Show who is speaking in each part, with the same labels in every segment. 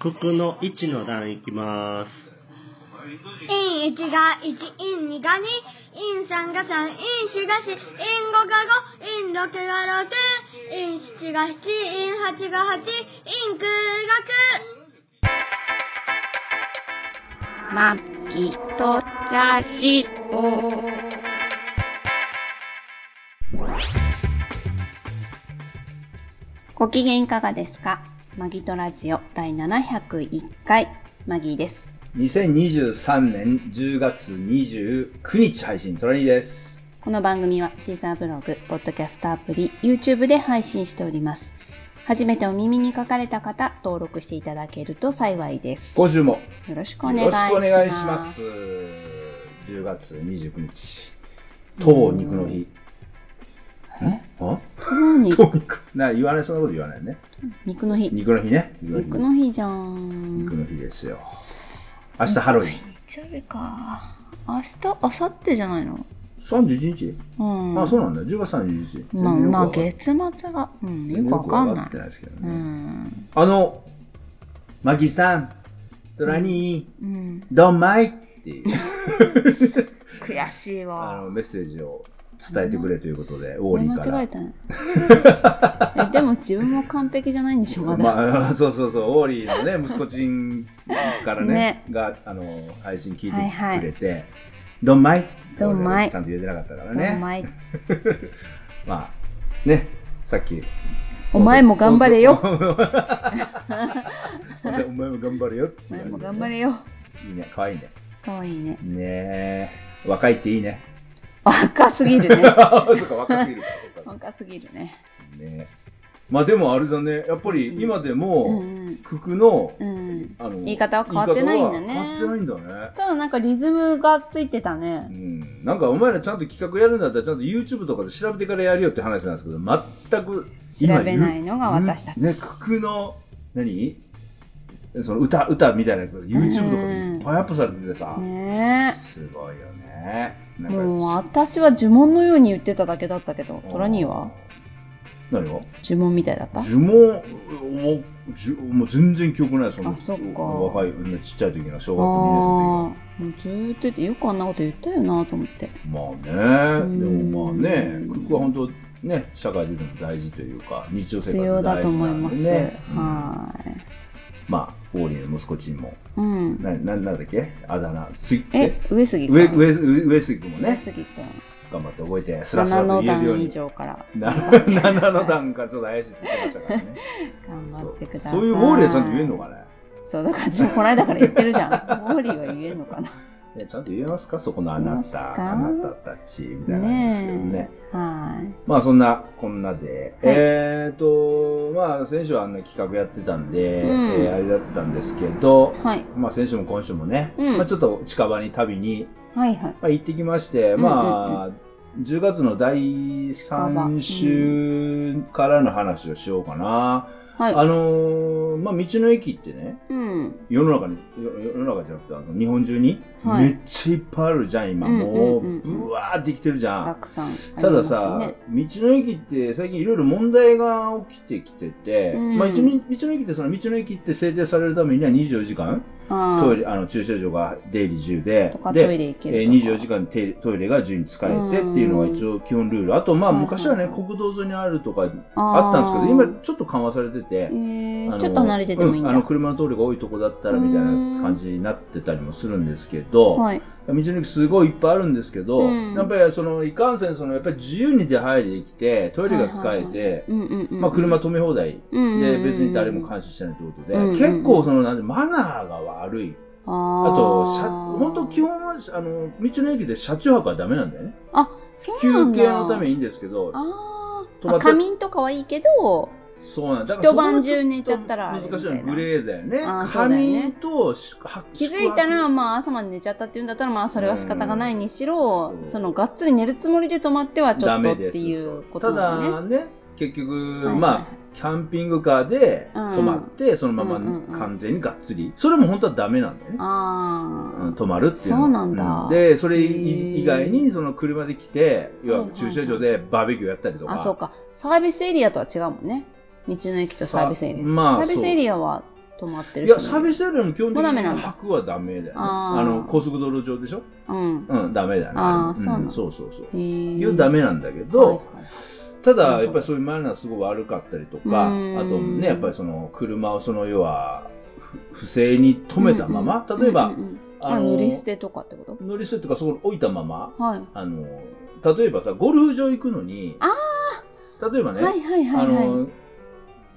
Speaker 1: 九の一の段いきます。
Speaker 2: イン1が1、イン2が2、イン3が3、イン4が4、イン5が5、イン6が6、イン7が7、イン8が8、イン9が
Speaker 3: マギトラジオ。ご機嫌いかがですかマギトラジオ第701回、マギーです。
Speaker 4: 2023年10月29日配信、トラニーです。
Speaker 3: この番組はシーサーブログ、ポッドキャストアプリ、YouTube で配信しております。初めてお耳に書かれた方、登録していただけると幸いです。よ
Speaker 4: 今週も
Speaker 3: ろしくお願い
Speaker 4: よろ
Speaker 3: し
Speaker 4: し
Speaker 3: ます。
Speaker 4: くお願いします。10月29日、当肉の日。
Speaker 3: え
Speaker 4: あ
Speaker 3: 何
Speaker 4: 当肉な言わない、そんなこと言わないね。
Speaker 3: 肉の日。
Speaker 4: 肉の日ね。
Speaker 3: 肉
Speaker 4: 肉の
Speaker 3: の日じゃ
Speaker 4: 日。
Speaker 3: ん
Speaker 4: 肉。の日ですよ。明日ハロウィン。
Speaker 3: 日曜日か明日明後日じゃないの
Speaker 4: 31日、
Speaker 3: うん
Speaker 4: あ、そうなんだ。10月31日。
Speaker 3: まあ、まあ、
Speaker 4: 全
Speaker 3: 月末が、うん、
Speaker 4: 然
Speaker 3: よ
Speaker 4: よ
Speaker 3: くわかん
Speaker 4: く
Speaker 3: な
Speaker 4: わか
Speaker 3: い
Speaker 4: ってないですけど
Speaker 3: う
Speaker 4: ね。
Speaker 3: ん
Speaker 4: あの、マギさん、トラニー、
Speaker 3: うん
Speaker 4: ドンマイっていう。
Speaker 3: 悔しい
Speaker 4: あの
Speaker 3: わ
Speaker 4: メッセージを伝えてくれということで、ウォーリーか
Speaker 3: 間違え
Speaker 4: ら。
Speaker 3: たねえでも自分も完璧じゃないんでしょまだ、
Speaker 4: まあ、そうそうそう、ウォーリーのね、息子ちんからね、
Speaker 3: ね
Speaker 4: があの配信聞
Speaker 3: はいはい
Speaker 4: いてくれて、ドンマイ
Speaker 3: ドンマイ
Speaker 4: 俺ちゃんと言えてなかったから
Speaker 3: お
Speaker 4: ね。
Speaker 3: 前
Speaker 4: まあ、ね、さっき。
Speaker 3: お前も頑張れ よ
Speaker 4: 放送。お前も頑張れよって
Speaker 3: お前
Speaker 4: 言わて
Speaker 3: も
Speaker 4: ね
Speaker 3: 頑張れよ
Speaker 4: いいね、かわいいね。
Speaker 3: かわいいね
Speaker 4: ねえ、若いっていいね。
Speaker 3: 若すぎるね
Speaker 4: そうか、若すぎるから、そっか。
Speaker 3: 若すぎるね
Speaker 4: ねまあでもあれだねやっぱり今で
Speaker 3: うん
Speaker 4: も
Speaker 3: うん
Speaker 4: 九九の,、
Speaker 3: うん
Speaker 4: あの
Speaker 3: 言い方は変わってないんだね
Speaker 4: 言い方は変わってないんだね
Speaker 3: ただなんかリズムがついてた
Speaker 4: う
Speaker 3: ね
Speaker 4: ん、なんかお前らちゃんと企画やるんだったらちゃんと YouTube とかで調べてからやるよって話なんですけど全く今
Speaker 3: 調べないのが私たち
Speaker 4: ゆね九九の何その歌歌みたいなやつ YouTube とかでいっぱいアップされててさ、
Speaker 3: ねえ
Speaker 4: すごいよねなんか
Speaker 3: もう私は呪文のように言ってただけだったけど、トラニーは
Speaker 4: 何が
Speaker 3: 呪文みたいだった
Speaker 4: 呪文も呪もう全然記憶ないその
Speaker 3: あそっか
Speaker 4: 若いねちっちゃい時の
Speaker 3: ああー、
Speaker 4: 小学2
Speaker 3: もうずーっと言って、よくあんなこと言ったよなと思って。
Speaker 4: 年生の時
Speaker 3: う
Speaker 4: まあねで
Speaker 3: ん
Speaker 4: もまあねクックは本当ね社会ででも大事というか日常生
Speaker 3: 必
Speaker 4: 活
Speaker 3: 要
Speaker 4: で
Speaker 3: だ
Speaker 4: 大
Speaker 3: と
Speaker 4: 事
Speaker 3: 思い
Speaker 4: な
Speaker 3: ま。
Speaker 4: んですねうん
Speaker 3: はーい。
Speaker 4: まあオーリーの息子ちんも
Speaker 3: うん。
Speaker 4: なななんだっけあだ名す
Speaker 3: え、上杉君
Speaker 4: 上上上杉君も
Speaker 3: 上
Speaker 4: ね
Speaker 3: 杉君。
Speaker 4: 頑張って覚えてスラス
Speaker 3: 7
Speaker 4: ラと
Speaker 3: の
Speaker 4: 言えるよう
Speaker 3: 段以
Speaker 4: に
Speaker 3: 上から
Speaker 4: な七の段からちょっと怪しいって言ってましたからね
Speaker 3: 頑張ってください。
Speaker 4: そうそういうウォーリーはちゃんと言えるのかね
Speaker 3: そう、だから私もこの間から言ってるじゃん。 ウォーリーは言えんの かな。
Speaker 4: ね、ちゃんと言えますかそこのあな
Speaker 3: 言
Speaker 4: た、
Speaker 3: えますか
Speaker 4: あなたたち、みたいな感じですけどね。
Speaker 3: ねえ。は
Speaker 4: まあそんな、こんなで。えっ、と、まあ先週はあの企画やってたんで、
Speaker 3: うん
Speaker 4: えーあれだったんですけど
Speaker 3: い。、はい。
Speaker 4: まあ先週も今週もね、
Speaker 3: うん
Speaker 4: まあちょっと近場に旅に、
Speaker 3: はいはい。
Speaker 4: まあ、行ってきまして、
Speaker 3: うん
Speaker 4: まあ、10月の第3週からの話をしようかな。
Speaker 3: はい。
Speaker 4: あのーまあ道の駅ってね、
Speaker 3: うん。
Speaker 4: 世の中によ世の中じゃなくてあの日本中に
Speaker 3: はい
Speaker 4: めっちゃいっぱいあるじゃん、今
Speaker 3: うん
Speaker 4: もう
Speaker 3: うんうんうん
Speaker 4: ぶわーってきてるじゃん、
Speaker 3: たくさんありますね。
Speaker 4: たださ、道の駅って最近いろいろ問題が起きてきてて、
Speaker 3: うん
Speaker 4: まあ、一道道の駅ってその道の駅って制定されるためには24時間
Speaker 3: あー、
Speaker 4: トイレあの駐車場が出入り自由で
Speaker 3: とかトイ
Speaker 4: で、
Speaker 3: レ行
Speaker 4: え
Speaker 3: ける
Speaker 4: ー、
Speaker 3: とか。
Speaker 4: 24時間てトイレが自由に使えてっていうのが一応基本ルールあとまあ
Speaker 3: はいはい
Speaker 4: 昔はね国道沿いにあるとかあ
Speaker 3: あ
Speaker 4: ったんですけど今
Speaker 3: ー
Speaker 4: ちょっと緩和されて
Speaker 3: え
Speaker 4: て。あ
Speaker 3: ー
Speaker 4: の
Speaker 3: ちょっと離れててもいいん
Speaker 4: う
Speaker 3: だ。
Speaker 4: あの車の通りが多いとこだったらみたいな感じになってたりもするんですけど、
Speaker 3: はい。
Speaker 4: 道の駅すごいいっぱいあるんですけど、
Speaker 3: うん
Speaker 4: やっぱりそのいかんせんそのやっぱり自由に出入りできてトイレが使えて、
Speaker 3: うんうんうん。
Speaker 4: まあ、車止め放題で別に誰も
Speaker 3: あ
Speaker 4: 監視してないということで、
Speaker 3: うんうん
Speaker 4: 結構そのなんてマナーが悪いあ
Speaker 3: あ
Speaker 4: と車本当基本はあの道の駅で車中泊はダメなんだよね
Speaker 3: 休
Speaker 4: 休憩のためにいいんですけど
Speaker 3: あー
Speaker 4: 止ま
Speaker 3: あ
Speaker 4: って
Speaker 3: 仮眠とかはいいけど
Speaker 4: そうなんだ
Speaker 3: 一晩中寝ちゃったら
Speaker 4: 難しいの
Speaker 3: みたいな
Speaker 4: グレーだよね
Speaker 3: あーそうだよ
Speaker 4: 仮
Speaker 3: ね
Speaker 4: 眠と宿泊
Speaker 3: 気づいた
Speaker 4: 宿
Speaker 3: ら
Speaker 4: 泊
Speaker 3: まあ朝まで寝ちゃったっていうんだったらまあそれは仕方がないにしろ
Speaker 4: うん
Speaker 3: そのがっつり寝るつもりで泊まってはちょ
Speaker 4: ダ
Speaker 3: っと
Speaker 4: メ
Speaker 3: っ
Speaker 4: です
Speaker 3: ていうこと
Speaker 4: た
Speaker 3: なんだ
Speaker 4: だ
Speaker 3: ね。
Speaker 4: ね結局、
Speaker 3: はい
Speaker 4: まあキャンピングカーで
Speaker 3: うん
Speaker 4: 泊まって、そのま
Speaker 3: うんうんうん
Speaker 4: ま完全にがっつり、それも本当はダメなんだよね、う
Speaker 3: あ
Speaker 4: ん泊まるっていうのは
Speaker 3: そうなんだ
Speaker 4: うでそれ
Speaker 3: へー
Speaker 4: い以外にその車で来て
Speaker 3: はい
Speaker 4: 要
Speaker 3: は
Speaker 4: はい駐車場でバーベキューやったりと
Speaker 3: ー
Speaker 4: か、
Speaker 3: あそうかサービスエリアとは違うもんね道の駅とサービスエリア、
Speaker 4: さまあ
Speaker 3: サービスエリアは止まって
Speaker 4: い
Speaker 3: る
Speaker 4: や、サービ
Speaker 3: ス。
Speaker 4: スエリアの基本的
Speaker 3: もうダメ
Speaker 4: に
Speaker 3: なんだ
Speaker 4: 白はダメだよね。
Speaker 3: あー
Speaker 4: あの、高速道路上でしょ
Speaker 3: うん。
Speaker 4: うん、ダメだね。
Speaker 3: あー
Speaker 4: れ
Speaker 3: そうなんの
Speaker 4: そうそうそう。
Speaker 3: えー
Speaker 4: いうダメなんだけ
Speaker 3: はいは
Speaker 4: ど、
Speaker 3: い
Speaker 4: た
Speaker 3: なるほ
Speaker 4: だ、
Speaker 3: ど
Speaker 4: やっぱりそういうマナーすごい悪かったりとか、
Speaker 3: うーん
Speaker 4: あとね、やっぱりその車をその要はふ不正に止めたまま、
Speaker 3: うんうん
Speaker 4: 例えば、
Speaker 3: うんうんあ
Speaker 4: あの
Speaker 3: 乗り捨てとかってこと
Speaker 4: 乗り捨てとかそこに置いたまま、
Speaker 3: はい。
Speaker 4: あの例えばさ、ゴルフ場行くのに、
Speaker 3: あ
Speaker 4: 例えばね、
Speaker 3: はいはいは
Speaker 4: あ
Speaker 3: いはい。
Speaker 4: の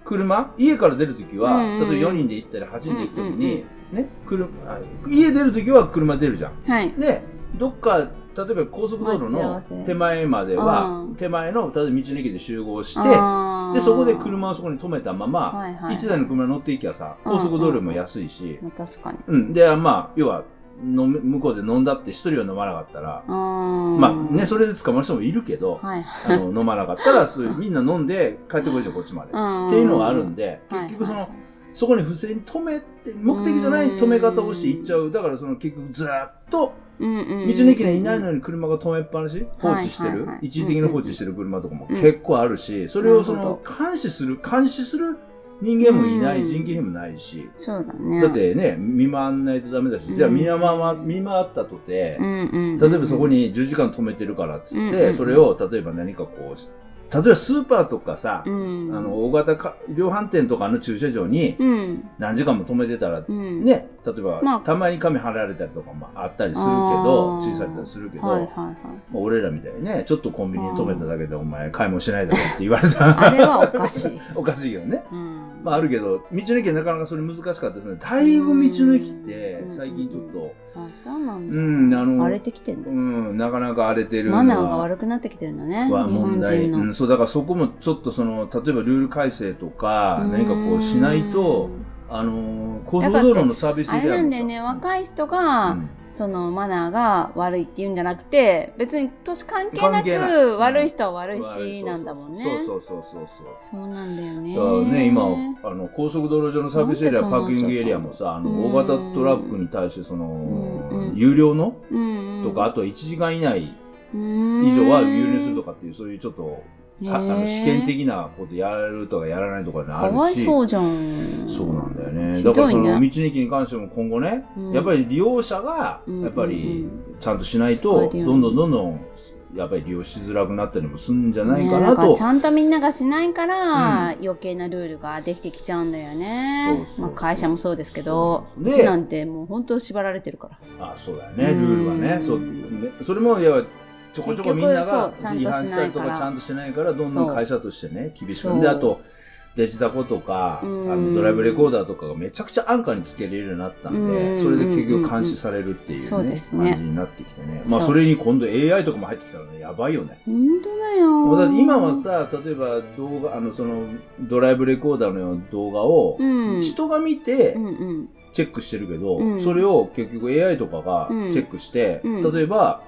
Speaker 4: 車、家から出るときは、
Speaker 3: うんうん
Speaker 4: 例えば4人で行ったり8人で行ったのに、ね、車あ家出るときは車出るじゃん。
Speaker 3: はい。
Speaker 4: で、どっか、例えば高速道路
Speaker 3: 待ち合わ
Speaker 4: の
Speaker 3: せ
Speaker 4: 手前までは
Speaker 3: うん、
Speaker 4: 手前の、例えば道の駅で集合して、
Speaker 3: あー
Speaker 4: で、そこで車をそこに止めたまま、
Speaker 3: はいはい、
Speaker 4: 1台の車に乗っていきゃさ、高速道路も安いし、
Speaker 3: まあ、確かに。
Speaker 4: うん、で、まあ、要は、飲む向こうで飲んだって一人は飲まなかったら、
Speaker 3: あ
Speaker 4: まあね、それで捕まる人もいるけど、
Speaker 3: はい。
Speaker 4: あの飲まなかったらそういうみんな飲んで帰ってこいじゃんこっちま
Speaker 3: っ
Speaker 4: で。っていうのがあるんで、
Speaker 3: はい
Speaker 4: 結局その、そこに不正に止めて、目的じゃない止め方をして行っちゃう。だからその結局ずーっと、
Speaker 3: うんうんうん
Speaker 4: 道
Speaker 3: うん
Speaker 4: の駅にいないのに車が止めっぱなし、放置して
Speaker 3: はいは
Speaker 4: る
Speaker 3: いはい、
Speaker 4: 一時的に放置してる車とかも
Speaker 3: うん
Speaker 4: 結構あるし、それをそ
Speaker 3: なる
Speaker 4: の
Speaker 3: ほ
Speaker 4: 監視する、監視する人間もいな
Speaker 3: う
Speaker 4: い、
Speaker 3: ん
Speaker 4: 人件費もないし、
Speaker 3: そうだね。
Speaker 4: だっ、てね、見回んないとダメだし、じゃあ見回ま見回ったとて
Speaker 3: う、んうん、
Speaker 4: 例えばそこ
Speaker 3: に、
Speaker 4: に10時間止めてるからっつ
Speaker 3: うん
Speaker 4: っ
Speaker 3: うんうん
Speaker 4: て、それを例えば何かこう、例えばスーパーとかさ
Speaker 3: う、ん、
Speaker 4: あの大型か量販店とかの駐車場に
Speaker 3: うん、
Speaker 4: 何時間も止めてたら、ね、
Speaker 3: うん、
Speaker 4: 例え
Speaker 3: まあ
Speaker 4: ばたまに紙貼られたりとかもあったりするけ
Speaker 3: あ
Speaker 4: ど、
Speaker 3: ー
Speaker 4: 注意されたりするけど、
Speaker 3: はいはいはい。
Speaker 4: まあ俺らみたいにね、ちょっとコンビニに止めただけでお前買い物しないだろって言われ たら
Speaker 3: あれはおかしい。
Speaker 4: おかしいけどね。
Speaker 3: うん、
Speaker 4: まああるけど、道の駅はなかなかそれ難しかったですね。だいぶ道の駅
Speaker 3: う
Speaker 4: って
Speaker 3: ん
Speaker 4: 最近ちょっと、
Speaker 3: あ、そうなんだ。
Speaker 4: うん、あの、
Speaker 3: 荒れてきてんだ
Speaker 4: う。ん、なかなか荒れてるの
Speaker 3: マ
Speaker 4: は
Speaker 3: ナーが悪くなってきてるんだね。日
Speaker 4: は
Speaker 3: 本
Speaker 4: 問題、
Speaker 3: 人の。
Speaker 4: うん、そうだからそこもちょっとその例えばルール改正とか何かこうしないと
Speaker 3: うん
Speaker 4: あのー高速道路のサービス
Speaker 3: あ
Speaker 4: エ
Speaker 3: れ
Speaker 4: リア
Speaker 3: なん
Speaker 4: も
Speaker 3: だ
Speaker 4: さ
Speaker 3: よね、
Speaker 4: い
Speaker 3: 若い人が、
Speaker 4: うん
Speaker 3: そのマナーが悪いって言うんじゃなくて別に年関係な
Speaker 4: 関
Speaker 3: く
Speaker 4: 係ないうん
Speaker 3: 悪い人は悪い
Speaker 4: 悪い
Speaker 3: し
Speaker 4: そうそう
Speaker 3: なんだもんね
Speaker 4: そうそうそうそう
Speaker 3: そ
Speaker 4: そう
Speaker 3: うなんだよね
Speaker 4: だからね、今あの高速道路上のサービスエリア
Speaker 3: なんでそうなっ
Speaker 4: パー
Speaker 3: ちゃった
Speaker 4: キングエリアもさあ
Speaker 3: うん
Speaker 4: の大型トラックに対してその、
Speaker 3: うんうん
Speaker 4: 有料の
Speaker 3: うんうん
Speaker 4: とか、あとは1時間以内
Speaker 3: 以
Speaker 4: 以上は有料するとかっていうそういうちょっとたあの試験
Speaker 3: に
Speaker 4: 的なことやるとかやらないとかねあ
Speaker 3: か
Speaker 4: るし
Speaker 3: わいそうじゃん
Speaker 4: そうなんだよね。
Speaker 3: ひどいね
Speaker 4: だからその道の駅に関しても今後ね、
Speaker 3: うん
Speaker 4: やっぱり利用者が
Speaker 3: うん
Speaker 4: やっぱ
Speaker 3: うん
Speaker 4: り
Speaker 3: うん
Speaker 4: ちゃんとしない
Speaker 3: 使え
Speaker 4: と、
Speaker 3: てるよ
Speaker 4: ど
Speaker 3: ね
Speaker 4: んどんどんどんやっぱり利用しづらくなったりもするんじゃない
Speaker 3: ね
Speaker 4: か
Speaker 3: だ
Speaker 4: な
Speaker 3: から
Speaker 4: と。
Speaker 3: ちゃんとみんながしないから、
Speaker 4: う
Speaker 3: 余計なルールができてきちゃうんだよね
Speaker 4: そうそうそう
Speaker 3: まあ、会社もそうですけど
Speaker 4: そううそう
Speaker 3: ちなんてもう本当縛られてるから
Speaker 4: あ、そうだよね。ルールは
Speaker 3: う
Speaker 4: ね
Speaker 3: ん、
Speaker 4: そうねそれもやっぱちょこちょこみんなが
Speaker 3: 結局そう
Speaker 4: 違反したりと
Speaker 3: ちゃんとしないから
Speaker 4: かちゃんとしないから、どんど
Speaker 3: そうん
Speaker 4: 会社としてね厳し
Speaker 3: そ
Speaker 4: く
Speaker 3: う
Speaker 4: であと。デジタコとか、
Speaker 3: う
Speaker 4: あ
Speaker 3: ん
Speaker 4: のドライブレコーダーとかがめちゃくちゃ安価につけれるようになったん
Speaker 3: う
Speaker 4: で、
Speaker 3: ん
Speaker 4: それで結局監視されるっていう,、ね
Speaker 3: そうですね
Speaker 4: 感じになってきてね。まあ
Speaker 3: そう
Speaker 4: それに今度 AI とかも入ってきたらね、やばいよね。
Speaker 3: 本当だよ
Speaker 4: もうだって今はさ、例えば動画、あの、その、ドライブレコーダーのような動画を
Speaker 3: う、ん、
Speaker 4: 人が見て
Speaker 3: うんうん
Speaker 4: チェックしてるけど、
Speaker 3: うん
Speaker 4: それを結局 AI とかが
Speaker 3: うん
Speaker 4: チェックして、
Speaker 3: うん
Speaker 4: 例えば、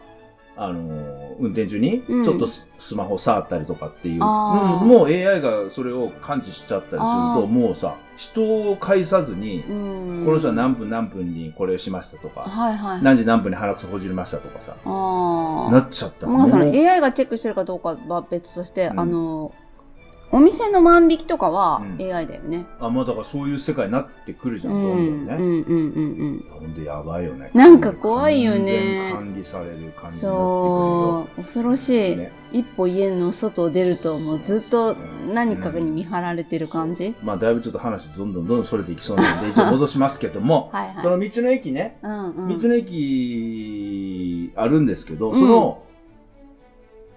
Speaker 4: あの、運転中に
Speaker 3: うん
Speaker 4: ちょっとス,、マホ触ったりとかっていう、うん
Speaker 3: あー
Speaker 4: もう AI がそれを感知しちゃったりする
Speaker 3: あー
Speaker 4: と、もうさ、人を介さずに、
Speaker 3: うん
Speaker 4: この人は何分何分にこれをしましたとか、
Speaker 3: はいはい。
Speaker 4: 何時何分に腹くそほじりましたとかさ、
Speaker 3: あ
Speaker 4: な
Speaker 3: あ。
Speaker 4: っちゃったら
Speaker 3: まあその
Speaker 4: もう
Speaker 3: AI がチェックしてるかどうかは別として、
Speaker 4: うん
Speaker 3: あの、お店の万引きとかは
Speaker 4: うん
Speaker 3: AI だよね。
Speaker 4: あ、まあだからそういう世界になってくるじ
Speaker 3: う
Speaker 4: ゃん、
Speaker 3: ん、う
Speaker 4: どん
Speaker 3: ん、
Speaker 4: ど
Speaker 3: うんん、
Speaker 4: ね。
Speaker 3: うんうん。
Speaker 4: ほんとやばいよね。
Speaker 3: なんか怖いよね
Speaker 4: 完全管理される感じになっ
Speaker 3: そ
Speaker 4: て
Speaker 3: う、恐ろしい。
Speaker 4: ね
Speaker 3: 一歩家の外を出ると、もうずっと何かに
Speaker 4: うん
Speaker 3: 見張られてる感じ。
Speaker 4: くるよ。まあだいぶちょっと話どんどんどんどんそれていきそうなん で、一応戻しますけども、
Speaker 3: はいはい。
Speaker 4: その道の駅ね、
Speaker 3: うんう
Speaker 4: 道
Speaker 3: ん。
Speaker 4: の駅あるんですけど、
Speaker 3: うん
Speaker 4: その、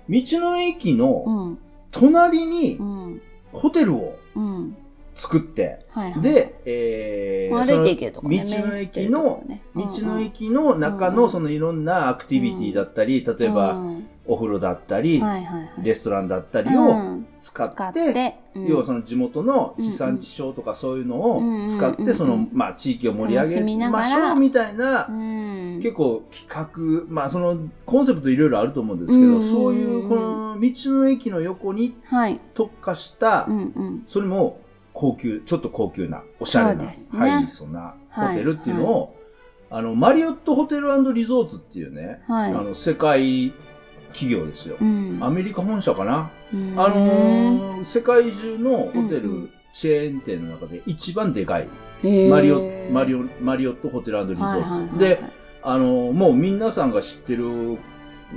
Speaker 4: 道の駅
Speaker 3: う
Speaker 4: の
Speaker 3: ん、
Speaker 4: 隣に
Speaker 3: うん、
Speaker 4: ホテルを
Speaker 3: うん。
Speaker 4: 作って、
Speaker 3: はいはい。
Speaker 4: で、えー、
Speaker 3: 歩いていけるとかね。
Speaker 4: その道の
Speaker 3: 面して
Speaker 4: 駅
Speaker 3: ると
Speaker 4: の
Speaker 3: こね
Speaker 4: 道
Speaker 3: うんう
Speaker 4: の
Speaker 3: ん
Speaker 4: 駅の中
Speaker 3: うん
Speaker 4: のそのいろんなアクティビティだったり、例え
Speaker 3: う
Speaker 4: ば
Speaker 3: ん
Speaker 4: お風呂だったり、
Speaker 3: はいはいはい。
Speaker 4: レストランだったり
Speaker 3: う
Speaker 4: を
Speaker 3: ん
Speaker 4: 使って,、
Speaker 3: 使って、うん
Speaker 4: 要はその地元の地産地消とかそういうのを使っ
Speaker 3: うんうん
Speaker 4: て、その、まあ地域を盛り
Speaker 3: 楽し
Speaker 4: 上
Speaker 3: み
Speaker 4: げ
Speaker 3: なが
Speaker 4: ま
Speaker 3: ら
Speaker 4: しょうみたいな、
Speaker 3: うん
Speaker 4: 結構企画、まあそのコンセプトいろいろあると思うんです
Speaker 3: う
Speaker 4: けど、
Speaker 3: んうんうん
Speaker 4: そういうこの道の駅の横に
Speaker 3: はい。
Speaker 4: 特化した、
Speaker 3: うんうん。
Speaker 4: それも高級、ちょっと高級な、おしゃ
Speaker 3: そ
Speaker 4: れ
Speaker 3: う
Speaker 4: な、
Speaker 3: ですね
Speaker 4: ハイソなホテルっていうのを、あの、マリオットホテルリゾーツっていうね、
Speaker 3: はい
Speaker 4: あの、世界企業ですよ
Speaker 3: う。ん。
Speaker 4: アメリカ本社かな、
Speaker 3: うん
Speaker 4: あのー世界中のホテルチェーン店の中で一番でかい、
Speaker 3: へー
Speaker 4: マリオマリオマリオットホテルリゾ
Speaker 3: はいはい
Speaker 4: ー
Speaker 3: はいは
Speaker 4: ト
Speaker 3: い
Speaker 4: で、あのもう皆さんが知ってる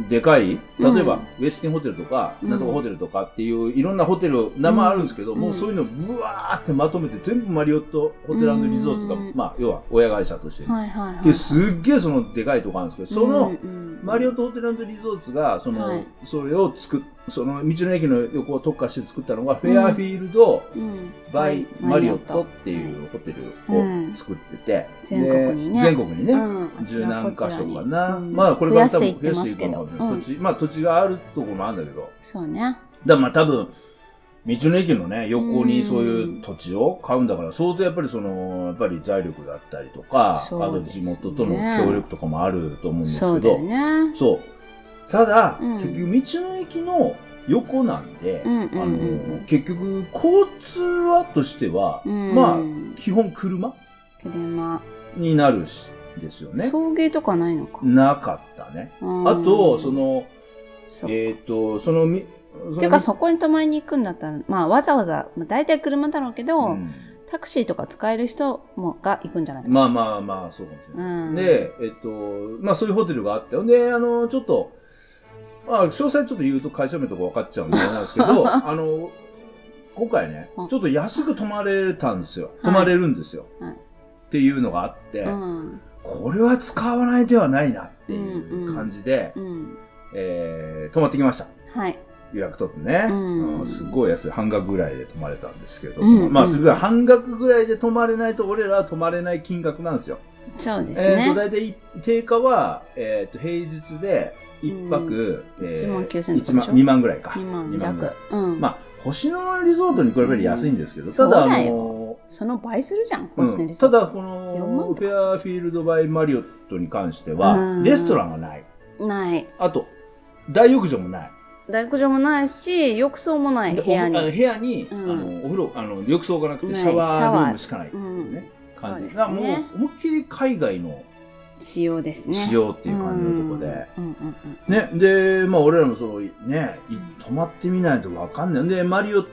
Speaker 4: でかい例えば、
Speaker 3: うん
Speaker 4: ウェスティンホテルとか、
Speaker 3: うん
Speaker 4: なんとかホテルとかっていういろんなホテル名前あるんですけど、
Speaker 3: うん
Speaker 4: もうそういうのをぶわーってまとめて全部マリオットホテルリゾートが、
Speaker 3: うん
Speaker 4: まあ、要は親会社として、
Speaker 3: はいはいはいはい、
Speaker 4: ですっげえそのでかいとこあるんですけどその、
Speaker 3: うんうん
Speaker 4: マリオットホテルリゾートがその、
Speaker 3: はい
Speaker 4: それを作っその道の駅の横を特化して作ったのが、フェアフィールド、
Speaker 3: うん
Speaker 4: バ
Speaker 3: は
Speaker 4: イ
Speaker 3: い・
Speaker 4: マリオットっていうホテルを作ってて、
Speaker 3: うん
Speaker 4: で
Speaker 3: 全国にね
Speaker 4: 全国にね、
Speaker 3: うん
Speaker 4: 十何箇所かな、
Speaker 3: うん
Speaker 4: まあこれから多分
Speaker 3: 増やしていってますけど
Speaker 4: 増やしていくのかもしれない土地、まあ土地があるところもあるんだけど、だか
Speaker 3: そうね
Speaker 4: らまあ多分、道の駅のね、横にそう
Speaker 3: う
Speaker 4: い
Speaker 3: ん
Speaker 4: う土地を買うんだから、相当やっぱりその、やっぱり財力だったりとか、あ
Speaker 3: そう
Speaker 4: と
Speaker 3: です
Speaker 4: 地
Speaker 3: ね
Speaker 4: 元との協力とかもあると思うんです
Speaker 3: そう
Speaker 4: け
Speaker 3: だよ
Speaker 4: ど、
Speaker 3: ね
Speaker 4: そう。ただ、
Speaker 3: うん
Speaker 4: 結局道の駅の横なんで、
Speaker 3: うんうん
Speaker 4: あ
Speaker 3: うん
Speaker 4: の結局交通はとしては、
Speaker 3: うん
Speaker 4: まあ基本車
Speaker 3: 車、
Speaker 4: になるしですよね。
Speaker 3: 送迎とかないのか、
Speaker 4: なかったね。
Speaker 3: うん
Speaker 4: あとその
Speaker 3: そう
Speaker 4: えっ、とそのみその
Speaker 3: ていうかそこに泊まりに行くんだったら、まあ、わざわざ、まあ、大体車だろうけど、
Speaker 4: うん
Speaker 3: タクシーとか使える人もが行くんじゃないの、
Speaker 4: まあまあまあそうかもしれない。
Speaker 3: うん
Speaker 4: でえっ、とまあそういうホテルがあってであのちょっとまあ詳細ちょっと言うと会社名とか分かっちゃうんであれなんですけ どあの今回ねち
Speaker 3: う
Speaker 4: ょ
Speaker 3: ん
Speaker 4: っと安く泊まれたんですよ
Speaker 3: はい
Speaker 4: 泊まれるんですよ、
Speaker 3: はい
Speaker 4: っていうのがあって。
Speaker 3: うん
Speaker 4: これは使わない手はないなっていう感じで、
Speaker 3: うん
Speaker 4: えー泊まってきました。
Speaker 3: はい
Speaker 4: 予約取ってね、
Speaker 3: うん
Speaker 4: うんすごい安い、半額ぐらいで泊まれたんですけど、
Speaker 3: うん
Speaker 4: ま
Speaker 3: う
Speaker 4: あ、
Speaker 3: ん
Speaker 4: すごい半額ぐらいで泊まれないと、俺らは泊まれない金額なんですよ。
Speaker 3: そうです
Speaker 4: えー、と
Speaker 3: ね、
Speaker 4: 大体、定価は、えー、と平日で1泊、えー
Speaker 3: 1万9000
Speaker 4: 1万2万ぐらいか。
Speaker 3: 2万
Speaker 4: 二万ぐら
Speaker 3: 弱
Speaker 4: い、
Speaker 3: うん
Speaker 4: まあ、星野リゾートに比べる安いんですけど、
Speaker 3: うん
Speaker 4: ただ、
Speaker 3: そうだ
Speaker 4: あ
Speaker 3: よ
Speaker 4: の
Speaker 3: その倍するじゃん、
Speaker 4: う
Speaker 3: ホステ
Speaker 4: ん、
Speaker 3: ルリゾ
Speaker 4: た
Speaker 3: ート
Speaker 4: だ、こ
Speaker 3: 4万
Speaker 4: の
Speaker 3: とか
Speaker 4: フェアフィールド・バイ・マリオットに関して
Speaker 3: う
Speaker 4: は
Speaker 3: ん、
Speaker 4: レストランがない。
Speaker 3: ない
Speaker 4: あと、大浴場もない。
Speaker 3: 大浴場もないし浴槽もない
Speaker 4: で
Speaker 3: 部屋
Speaker 4: おあの
Speaker 3: に、
Speaker 4: 部屋に、
Speaker 3: うん
Speaker 4: あのお風呂あの、浴槽がなく
Speaker 3: な
Speaker 4: て
Speaker 3: い
Speaker 4: シャワ
Speaker 3: シャ
Speaker 4: ール
Speaker 3: ワー
Speaker 4: ームしかないって
Speaker 3: う
Speaker 4: いうんね、、感じ
Speaker 3: そうですね
Speaker 4: が、もう思いっきり海外の
Speaker 3: 仕様ですね
Speaker 4: 仕様っていう感じのとこで。
Speaker 3: うんうんうんうん
Speaker 4: ね、で、まあ、俺らもそう、ね、い泊まってみないとわかんない。で、マリオ、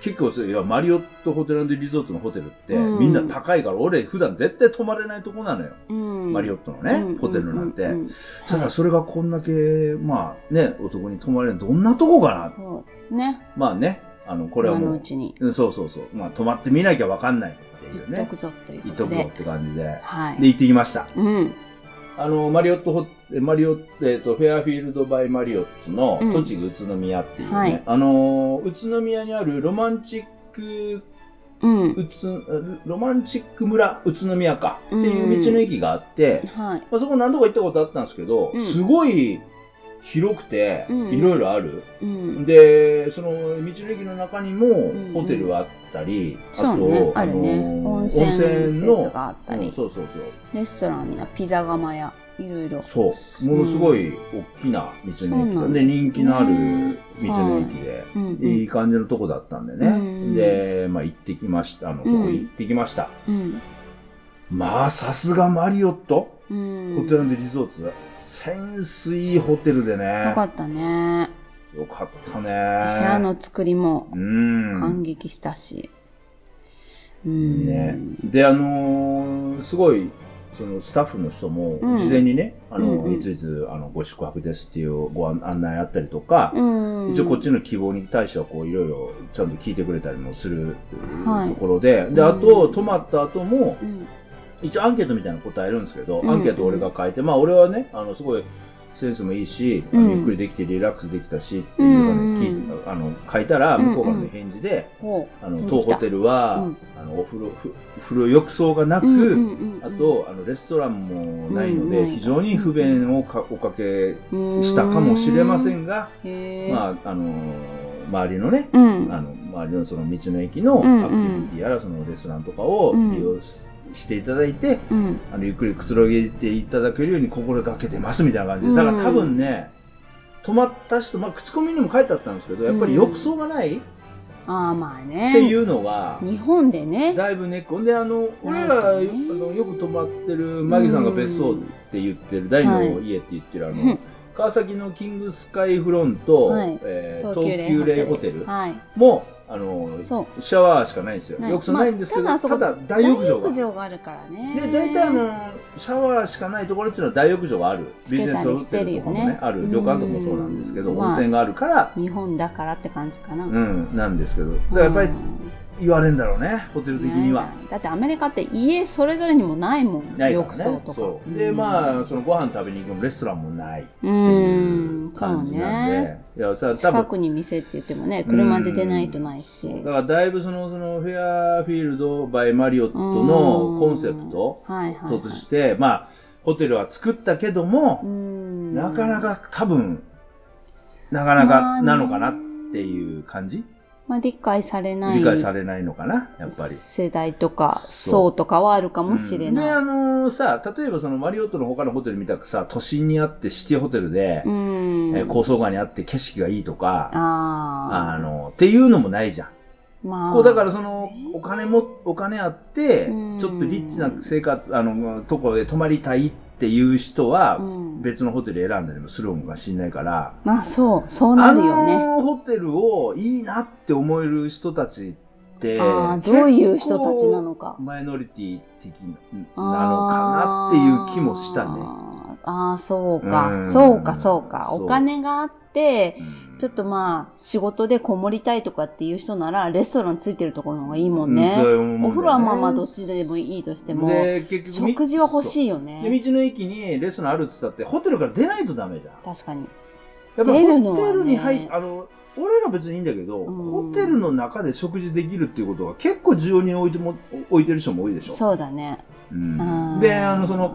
Speaker 4: 結構そういや、マリオットホテルリゾートのホテルって、
Speaker 3: うん
Speaker 4: みんな高いから、俺、普段絶対泊まれないとこなのよ。
Speaker 3: うん
Speaker 4: マリオットのね、
Speaker 3: うん
Speaker 4: ホテルなんて。
Speaker 3: うう
Speaker 4: ただ、それがこんだけ、まあ、ね、男に泊まれるどんなとこかな。
Speaker 3: そうですね
Speaker 4: まあね、あの、これは
Speaker 3: 今
Speaker 4: も
Speaker 3: の
Speaker 4: う
Speaker 3: う、ちに
Speaker 4: うんそうそうそう。まあ、泊まってみなきゃわかんないってい
Speaker 3: 行っ
Speaker 4: う
Speaker 3: と
Speaker 4: ね
Speaker 3: く。ぞという
Speaker 4: 行
Speaker 3: こ
Speaker 4: っと
Speaker 3: と
Speaker 4: く
Speaker 3: で
Speaker 4: ぞって感じで。
Speaker 3: はい
Speaker 4: で、行ってきました。
Speaker 3: うん
Speaker 4: あの、マリオットホ、えマリオ、えっと、フェアフィールド・バイ・マリオットの
Speaker 3: うん
Speaker 4: 栃木宇都宮っていうね、
Speaker 3: はい
Speaker 4: あのー、宇都宮にあるロマンチック、
Speaker 3: うん
Speaker 4: 宇都、ロマンチック村宇都宮かって
Speaker 3: う
Speaker 4: い
Speaker 3: ん
Speaker 4: う道の駅があって、
Speaker 3: はい
Speaker 4: まあ、そこ何度か行ったことあったんですけど、
Speaker 3: うん
Speaker 4: すごい広くて
Speaker 3: う、ん
Speaker 4: いろいろある。
Speaker 3: うん
Speaker 4: で、その道の駅の中にも
Speaker 3: んうん
Speaker 4: ホテルはあったり、
Speaker 3: そう
Speaker 4: あ
Speaker 3: ね
Speaker 4: と、
Speaker 3: あるね
Speaker 4: のー
Speaker 3: 温泉施設
Speaker 4: の
Speaker 3: があった
Speaker 4: う
Speaker 3: り
Speaker 4: んそうそうそう。
Speaker 3: レストランやピザ窯やいろいろ
Speaker 4: そう。ものすごい大きな道の駅
Speaker 3: そうな
Speaker 4: で、
Speaker 3: んですね
Speaker 4: で人気のある道の駅で、
Speaker 3: うんうん
Speaker 4: いい感じのとこだったんでね。
Speaker 3: うん
Speaker 4: で、まあ行ってきました。あの、
Speaker 3: う
Speaker 4: そ
Speaker 3: ん
Speaker 4: こ行ってきました。
Speaker 3: うん
Speaker 4: まあ、さすがマリオット、
Speaker 3: うん
Speaker 4: ホテルリゾート。センスいいホテルでね
Speaker 3: よ。かったね
Speaker 4: よかったね。
Speaker 3: 部屋の作りも
Speaker 4: うん。
Speaker 3: 感激したしうん
Speaker 4: ね、であのーすごいそのスタッフの人も
Speaker 3: うん
Speaker 4: 事前にね、あの
Speaker 3: うんうん
Speaker 4: いついつあのご宿泊ですっていうご案案内あったりとか、
Speaker 3: うん
Speaker 4: 一応こっちの希望に対してはこういろいろちゃんと聞いてくれたりもする
Speaker 3: はい
Speaker 4: ところで、であと、
Speaker 3: うん
Speaker 4: 泊まった後も
Speaker 3: うん
Speaker 4: 一応アンケートみたいなの答えるんですけど、
Speaker 3: うん
Speaker 4: アンケート俺が書いて、まあ俺はねあのすごいセンスもいいし、あの
Speaker 3: うん
Speaker 4: ゆっくりできてリラックスできたしっていうのをね、
Speaker 3: うん
Speaker 4: 聞いあの書いたら向こうから
Speaker 3: うんう
Speaker 4: の
Speaker 3: ん
Speaker 4: 返事で、
Speaker 3: ほう
Speaker 4: あの
Speaker 3: 返事
Speaker 4: 当
Speaker 3: 来た
Speaker 4: ホテルは、
Speaker 3: うん
Speaker 4: あのお風呂ふ風呂浴槽がなく、
Speaker 3: うんうんうん
Speaker 4: あとあのレストランもないの
Speaker 3: うん
Speaker 4: で、
Speaker 3: ない
Speaker 4: 非常に不便をかおかけしたかもしれませんが、
Speaker 3: へえ
Speaker 4: まああのー周りのね、
Speaker 3: うん
Speaker 4: あの周りのその道の駅の
Speaker 3: うんうん
Speaker 4: アクティビティやらそのレストランとかを
Speaker 3: うん
Speaker 4: 利用し,、していただいて
Speaker 3: うん
Speaker 4: あのゆっくりくつろげていただけるように心がけてますみたいな感じ
Speaker 3: うん
Speaker 4: でだから多分ね泊まった人、まあ、口コミにも書いてあったんですけどやっぱり浴槽がない、
Speaker 3: ああまあね
Speaker 4: っていうのが、
Speaker 3: 日本でね
Speaker 4: だいぶ根っこで、あの、俺ら、あ
Speaker 3: なるほどね
Speaker 4: の、よく泊まってる、マギさんが別荘って言ってる、第二の家って言ってる、あ
Speaker 3: はい
Speaker 4: の、川崎のキングスカイフロント
Speaker 3: はい、
Speaker 4: えー
Speaker 3: 東
Speaker 4: 東
Speaker 3: 急
Speaker 4: 急
Speaker 3: レ
Speaker 4: レ
Speaker 3: イ
Speaker 4: イ
Speaker 3: ホ
Speaker 4: ホ
Speaker 3: テ
Speaker 4: テ
Speaker 3: ル
Speaker 4: ル
Speaker 3: はい
Speaker 4: も、あの
Speaker 3: そ
Speaker 4: シャワーしかないんですよ。
Speaker 3: ない
Speaker 4: 浴槽ないんですけど、
Speaker 3: まあただあそこ
Speaker 4: ただ大浴場が。
Speaker 3: があるからね。
Speaker 4: で、大体あの、シャワーしかないところっていうのは大浴場がある。
Speaker 3: つ
Speaker 4: ビジ
Speaker 3: け
Speaker 4: ネ
Speaker 3: た
Speaker 4: スホ
Speaker 3: りし
Speaker 4: テ
Speaker 3: て
Speaker 4: ル
Speaker 3: る
Speaker 4: と
Speaker 3: よね
Speaker 4: かもね、ある旅館とかもそうなんですけど、
Speaker 3: うん
Speaker 4: 温泉があるから、
Speaker 3: 日本だからって感じかな。
Speaker 4: うん、なんですけど。だからやっぱり言われんだろうね、ホテ
Speaker 3: う
Speaker 4: ル
Speaker 3: ん
Speaker 4: 的には
Speaker 3: ない。じゃんだってアメリカって家それぞれにもないもん、
Speaker 4: ないから
Speaker 3: 浴槽
Speaker 4: ね。
Speaker 3: とか。
Speaker 4: そう。で、まあ、そのご飯食べに行くのもレストランもないって
Speaker 3: う
Speaker 4: い
Speaker 3: ん
Speaker 4: う、
Speaker 3: そう
Speaker 4: 感じなんで。
Speaker 3: ね。
Speaker 4: いや、さ、多
Speaker 3: 近
Speaker 4: 分
Speaker 3: くに店って言ってもね、車で出ないとないし。
Speaker 4: だからだいぶそのそのフェアフィールド・バイ・マリオットのコンセプト
Speaker 3: うんはいはいはい
Speaker 4: として、まあ、ホテルは作ったけど
Speaker 3: う
Speaker 4: も、
Speaker 3: ん
Speaker 4: なかなか多分、なかな
Speaker 3: まあ
Speaker 4: か
Speaker 3: ね
Speaker 4: なのかなっていう感じ、
Speaker 3: まあ、理解されない
Speaker 4: 理解されないのかな、やっぱり。
Speaker 3: 世代とか
Speaker 4: そう
Speaker 3: 層とかはあるかもしれ
Speaker 4: うんで、
Speaker 3: な
Speaker 4: あ
Speaker 3: い。
Speaker 4: のさ、例えばそのマリオットの他のホテル見たくさ、都心にあってシティホテルで、
Speaker 3: うん
Speaker 4: えー高層階にあって景色がいいとか、あ
Speaker 3: ああ
Speaker 4: の、っていうのもないじゃん。
Speaker 3: まあ、
Speaker 4: こうだからそのお金もお金あってち
Speaker 3: う
Speaker 4: ょ
Speaker 3: ん
Speaker 4: っとリッチな生活あのところで泊まりたいっていう人は
Speaker 3: うん
Speaker 4: 別のホテル選んだりもするのかもしれないから、
Speaker 3: まあそう、そうな
Speaker 4: あ
Speaker 3: るよね。
Speaker 4: のホテルをいいなって思える人たちって
Speaker 3: ああどういう人たちなのか
Speaker 4: 結構マイノリティ的なのかなっていう気もしたね。
Speaker 3: あーあー、そうか、
Speaker 4: うん
Speaker 3: そうか、そうか。
Speaker 4: そう
Speaker 3: お金があって、
Speaker 4: うん
Speaker 3: ちょっとまあ、仕事でこもりたいとかっていう人なら、レストランついてるところの方がいいもんね。
Speaker 4: うん
Speaker 3: お風呂はまあまあ、どっちでもいいとしても、
Speaker 4: で結局み
Speaker 3: 食事は欲しいよ
Speaker 4: で
Speaker 3: ね。
Speaker 4: 道の駅にレストランあるっつったってホテルから出ないとダメじゃん。
Speaker 3: 確かに。
Speaker 4: やっぱ
Speaker 3: 出
Speaker 4: り
Speaker 3: るの
Speaker 4: ホ
Speaker 3: はね
Speaker 4: テルに入っ、あの、俺ら別にいいんだけど、
Speaker 3: うん
Speaker 4: ホテルの中で食事できるっていうことは結構重要に置いても、置いてる人も多いでしょ。
Speaker 3: そうだね。
Speaker 4: うん
Speaker 3: あー
Speaker 4: で、あの、その、、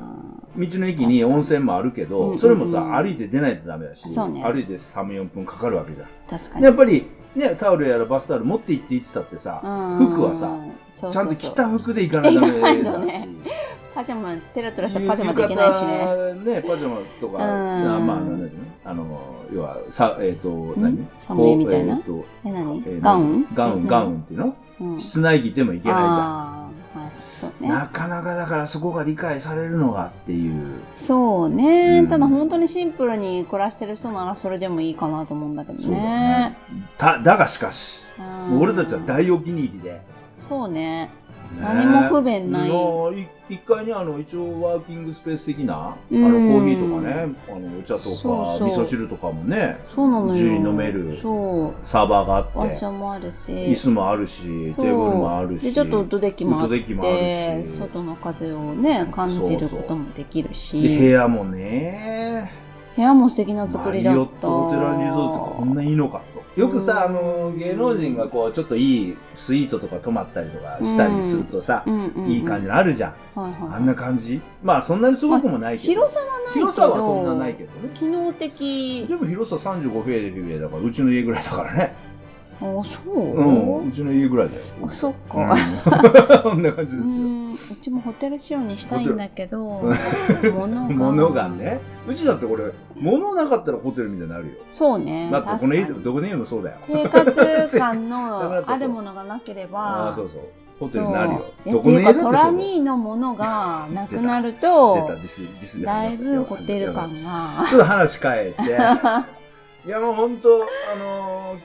Speaker 4: 道の駅に温泉もあるけ
Speaker 3: 確か
Speaker 4: ど、
Speaker 3: に
Speaker 4: それもさ、
Speaker 3: うんうんうん
Speaker 4: 歩いて出ないとダメだし、
Speaker 3: そうね
Speaker 4: 歩いて3、4分かかるわけじゃん。
Speaker 3: 確か
Speaker 4: で
Speaker 3: に。
Speaker 4: やっぱり、ね、タオルやらバスタオル持って行っていつだってさ、
Speaker 3: うん
Speaker 4: 服はさ、
Speaker 3: そう
Speaker 4: ちゃん
Speaker 3: そ
Speaker 4: と
Speaker 3: う
Speaker 4: 着
Speaker 3: そう
Speaker 4: た服で行かないとダメだ
Speaker 3: 着ない
Speaker 4: し
Speaker 3: と。パジャマ、テラテラした
Speaker 4: ゆ
Speaker 3: パジャマでいけないし
Speaker 4: 浴
Speaker 3: ね。
Speaker 4: 衣ねパジャマとか、
Speaker 3: ん
Speaker 4: あまあ、あの、なんていうのあの要は、さ、えっ、と、何
Speaker 3: 寒いみたいな
Speaker 4: こう
Speaker 3: え、
Speaker 4: え
Speaker 3: 何
Speaker 4: ーと
Speaker 3: ガウン
Speaker 4: ガウン、ガウンっていうの、
Speaker 3: うん。うん
Speaker 4: 室内着でもいけないじゃ。
Speaker 3: あーはい、そうんね。
Speaker 4: なかなかだからそこが理解されるのがっていう。
Speaker 3: そうね、
Speaker 4: うん
Speaker 3: ただ本当にシンプルに暮らしてる人ならそれでもいいかなと思うんだけど
Speaker 4: そうだ
Speaker 3: ね
Speaker 4: ね。。ただがしかし、
Speaker 3: うん
Speaker 4: 俺たちは大お気に入りで。ね
Speaker 3: そうね。何も不便ない
Speaker 4: のい一階にあの一応ワーキングスペース的な、
Speaker 3: うん
Speaker 4: あのコーヒーとかね、あのお茶とか
Speaker 3: そうそう
Speaker 4: 味噌汁とかもね、
Speaker 3: そうなのよ。
Speaker 4: 自由に飲める
Speaker 3: そう。
Speaker 4: サーバーがあって。
Speaker 3: 場所もあるし。
Speaker 4: 椅子もあるし、テー
Speaker 3: そ
Speaker 4: ブ
Speaker 3: う
Speaker 4: ルもあるし。
Speaker 3: でちょっとウッドデッキもあっ
Speaker 4: ウッドデッキもあ
Speaker 3: て
Speaker 4: るし
Speaker 3: 外の風をね感じることもできるし
Speaker 4: で部屋もね、
Speaker 3: 部屋も素敵な作りだった
Speaker 4: マリオットホテルリゾートってこんないいのかと。よくさ、あの、芸能人がこう、ちょっといいスイートとか泊まったりとかしたりするとさ、
Speaker 3: うんうんうん
Speaker 4: いい感じのあるじゃん。
Speaker 3: はいはいはい
Speaker 4: あんな感じ。まあ、そんなにすごくもないけど。
Speaker 3: 広さはないけど
Speaker 4: 広さはそんなないけどね。
Speaker 3: 機能的
Speaker 4: でも広さ35平米だから、うちの家ぐらいだからね。、
Speaker 3: あそううん
Speaker 4: うちの家ぐらいだよ。
Speaker 3: あそっ
Speaker 4: う
Speaker 3: か、
Speaker 4: ん こんな感じ
Speaker 3: う
Speaker 4: ですよ。
Speaker 3: ん、うちもホテル仕様にしたいんだけど
Speaker 4: ホ
Speaker 3: 物が
Speaker 4: 物がねうちだってこれ物なかったらホテルみたいになるよ
Speaker 3: そうね
Speaker 4: だってこの家
Speaker 3: 確
Speaker 4: で
Speaker 3: かに
Speaker 4: どこの家もそうだよ
Speaker 3: 生活感
Speaker 4: なくな
Speaker 3: の
Speaker 4: ったそう
Speaker 3: あるものがなければ
Speaker 4: ああそうそうホテルになるよ
Speaker 3: そう
Speaker 4: どこの
Speaker 3: い
Speaker 4: 家
Speaker 3: やっ
Speaker 4: だってて
Speaker 3: いうかト
Speaker 4: そうだ
Speaker 3: ラ
Speaker 4: よ
Speaker 3: ニーのものがなくなる
Speaker 4: 出た
Speaker 3: と
Speaker 4: ですです
Speaker 3: だいぶホテル感が
Speaker 4: ちょっと話変 えていやもう本当あのー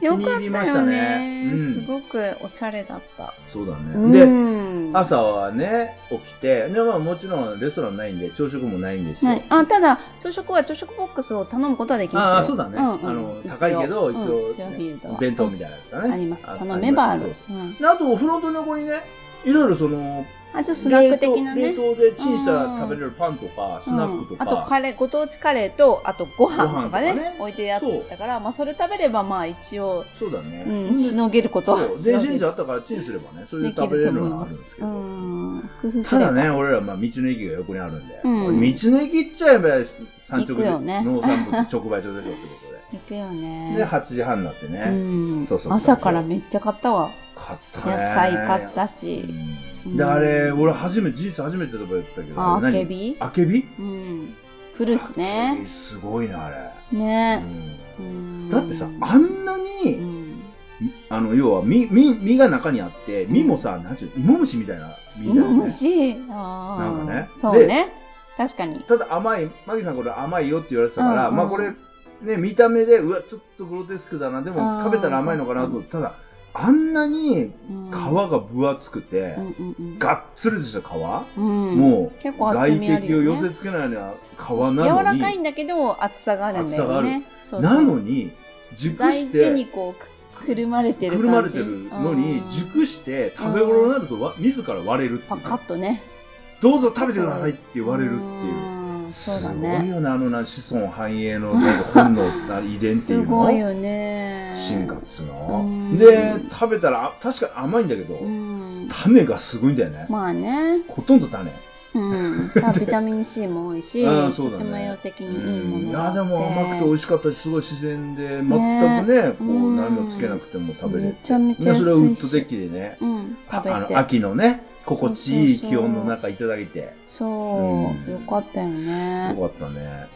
Speaker 4: き気
Speaker 3: よ
Speaker 4: に
Speaker 3: かっ
Speaker 4: 入りま
Speaker 3: た
Speaker 4: した
Speaker 3: よ
Speaker 4: ね
Speaker 3: ね、す
Speaker 4: うん
Speaker 3: ごくおしゃれだった、
Speaker 4: そうだ
Speaker 3: うん、
Speaker 4: ねで朝はね起きてでまあもちろんレストランないんで朝食もないんですよ
Speaker 3: ないあただ朝食は朝食ボックスを頼むことはできますよ
Speaker 4: ああそうだね、
Speaker 3: ん
Speaker 4: あの高いけど一
Speaker 3: う
Speaker 4: 応、
Speaker 3: んフェアフィールドは
Speaker 4: 弁当みたいなやつか
Speaker 3: う
Speaker 4: ね、
Speaker 3: んあります
Speaker 4: あ
Speaker 3: 頼めばあ
Speaker 4: り
Speaker 3: る
Speaker 4: ますそうそ
Speaker 3: う
Speaker 4: う
Speaker 3: ん
Speaker 4: であとおフロントの横にねいろいろその
Speaker 3: あちょっとスナック的なね
Speaker 4: 冷凍冷凍でチンしたら食べれるパンとか、スナックとか、
Speaker 3: うんあとカレーご当地カレーとあとご飯とかね
Speaker 4: ご飯とかね
Speaker 3: 置いてあったからまあ、それ食べればまあ一応、
Speaker 4: そうだね、
Speaker 3: う
Speaker 4: で
Speaker 3: ん、しのげることは
Speaker 4: そう
Speaker 3: し
Speaker 4: 電
Speaker 3: の
Speaker 4: 子レン
Speaker 3: げ
Speaker 4: ジあったからチンすればねそれ
Speaker 3: で
Speaker 4: で
Speaker 3: き
Speaker 4: 食べ
Speaker 3: る
Speaker 4: れ
Speaker 3: と
Speaker 4: る
Speaker 3: 思い
Speaker 4: のはあ
Speaker 3: ま
Speaker 4: るんです
Speaker 3: す
Speaker 4: け
Speaker 3: う
Speaker 4: ど、
Speaker 3: ん工夫す
Speaker 4: た
Speaker 3: れば
Speaker 4: だね、俺ら、まあ、道の駅が横にあるんで、
Speaker 3: うん
Speaker 4: 道の駅行っちゃえば産直
Speaker 3: 行く
Speaker 4: で、
Speaker 3: よね
Speaker 4: 農産物直売所でしょってことで。
Speaker 3: 行くよ ね
Speaker 4: で、8時半になってね、
Speaker 3: うん
Speaker 4: そうそう
Speaker 3: 朝からめっちゃ買ったわ
Speaker 4: 買ったね
Speaker 3: 野菜買ったし
Speaker 4: うんであれ俺初めて人生初めてとか言ったけど
Speaker 3: あ
Speaker 4: あ
Speaker 3: あ
Speaker 4: れ何
Speaker 3: けび
Speaker 4: あけび
Speaker 3: うんフルーツ
Speaker 4: あけ
Speaker 3: ね
Speaker 4: びすごいなあれ、
Speaker 3: ね
Speaker 4: う
Speaker 3: うんん
Speaker 4: だってさあんなに、
Speaker 3: うん
Speaker 4: あの要は実実実が中にあって実もさ何ちゅう芋虫みたいな実だよ
Speaker 3: 芋
Speaker 4: ね
Speaker 3: 虫あー
Speaker 4: なんかね
Speaker 3: そうね確かに
Speaker 4: ただ甘いマギさんこれ甘いよって言われてたか
Speaker 3: うん
Speaker 4: ら、
Speaker 3: うん
Speaker 4: まあこれね見た目でうわちょっとグロテスクだなで
Speaker 3: う
Speaker 4: も
Speaker 3: ん
Speaker 4: 食べたら甘いのかなと思ってただあんなに
Speaker 3: うん
Speaker 4: 皮が分厚くて、
Speaker 3: うんうんうん
Speaker 4: がっつりとした皮、
Speaker 3: うん
Speaker 4: もう
Speaker 3: 結構厚
Speaker 4: 外
Speaker 3: みある
Speaker 4: 敵を
Speaker 3: よね
Speaker 4: 寄せつけないような皮
Speaker 3: そうそう柔
Speaker 4: なの
Speaker 3: ら
Speaker 4: に、
Speaker 3: かいんだけど厚さがあるんだよねそうそう
Speaker 4: なのに、熟
Speaker 3: 大
Speaker 4: し
Speaker 3: 地に
Speaker 4: て、
Speaker 3: こうくくるまれてる感じ
Speaker 4: くるまれてるのに
Speaker 3: うん、
Speaker 4: 熟して食べ頃になるとわ自ら割れるってい
Speaker 3: パ
Speaker 4: う
Speaker 3: カッとね
Speaker 4: どうぞ食べてくださいって言われるっていう。
Speaker 3: うんそう
Speaker 4: す
Speaker 3: だ
Speaker 4: ごい
Speaker 3: ね
Speaker 4: よね、あのな子孫繁栄のなんか本能な遺伝ってい
Speaker 3: す
Speaker 4: うの
Speaker 3: ごいよね
Speaker 4: 進化っつ
Speaker 3: う
Speaker 4: うの
Speaker 3: ん
Speaker 4: で、食べたら、あ確かに甘いんだけど、
Speaker 3: うん
Speaker 4: 種がすごいんだよね。
Speaker 3: まあね
Speaker 4: ほとんど種。
Speaker 3: うん、 まあビタミン C も多いし、
Speaker 4: ああそう
Speaker 3: と
Speaker 4: だね
Speaker 3: ても栄養的にいいも
Speaker 4: うん
Speaker 3: の
Speaker 4: い
Speaker 3: があ
Speaker 4: や
Speaker 3: って
Speaker 4: でも甘くて美味しかったしすごい自然で全くねこう
Speaker 3: うん
Speaker 4: 何もつけなくても食べれ
Speaker 3: め
Speaker 4: て
Speaker 3: ちゃめ
Speaker 4: ね
Speaker 3: ち
Speaker 4: そ
Speaker 3: ゃ
Speaker 4: れ
Speaker 3: 安いし
Speaker 4: をウッドデッキでね
Speaker 3: うん、
Speaker 4: あ
Speaker 3: 食べ
Speaker 4: あ
Speaker 3: て
Speaker 4: の秋のね心地いい
Speaker 3: そうそうそう
Speaker 4: 気温の中いただいてよ
Speaker 3: そう、
Speaker 4: うん
Speaker 3: よかったよね
Speaker 4: かったね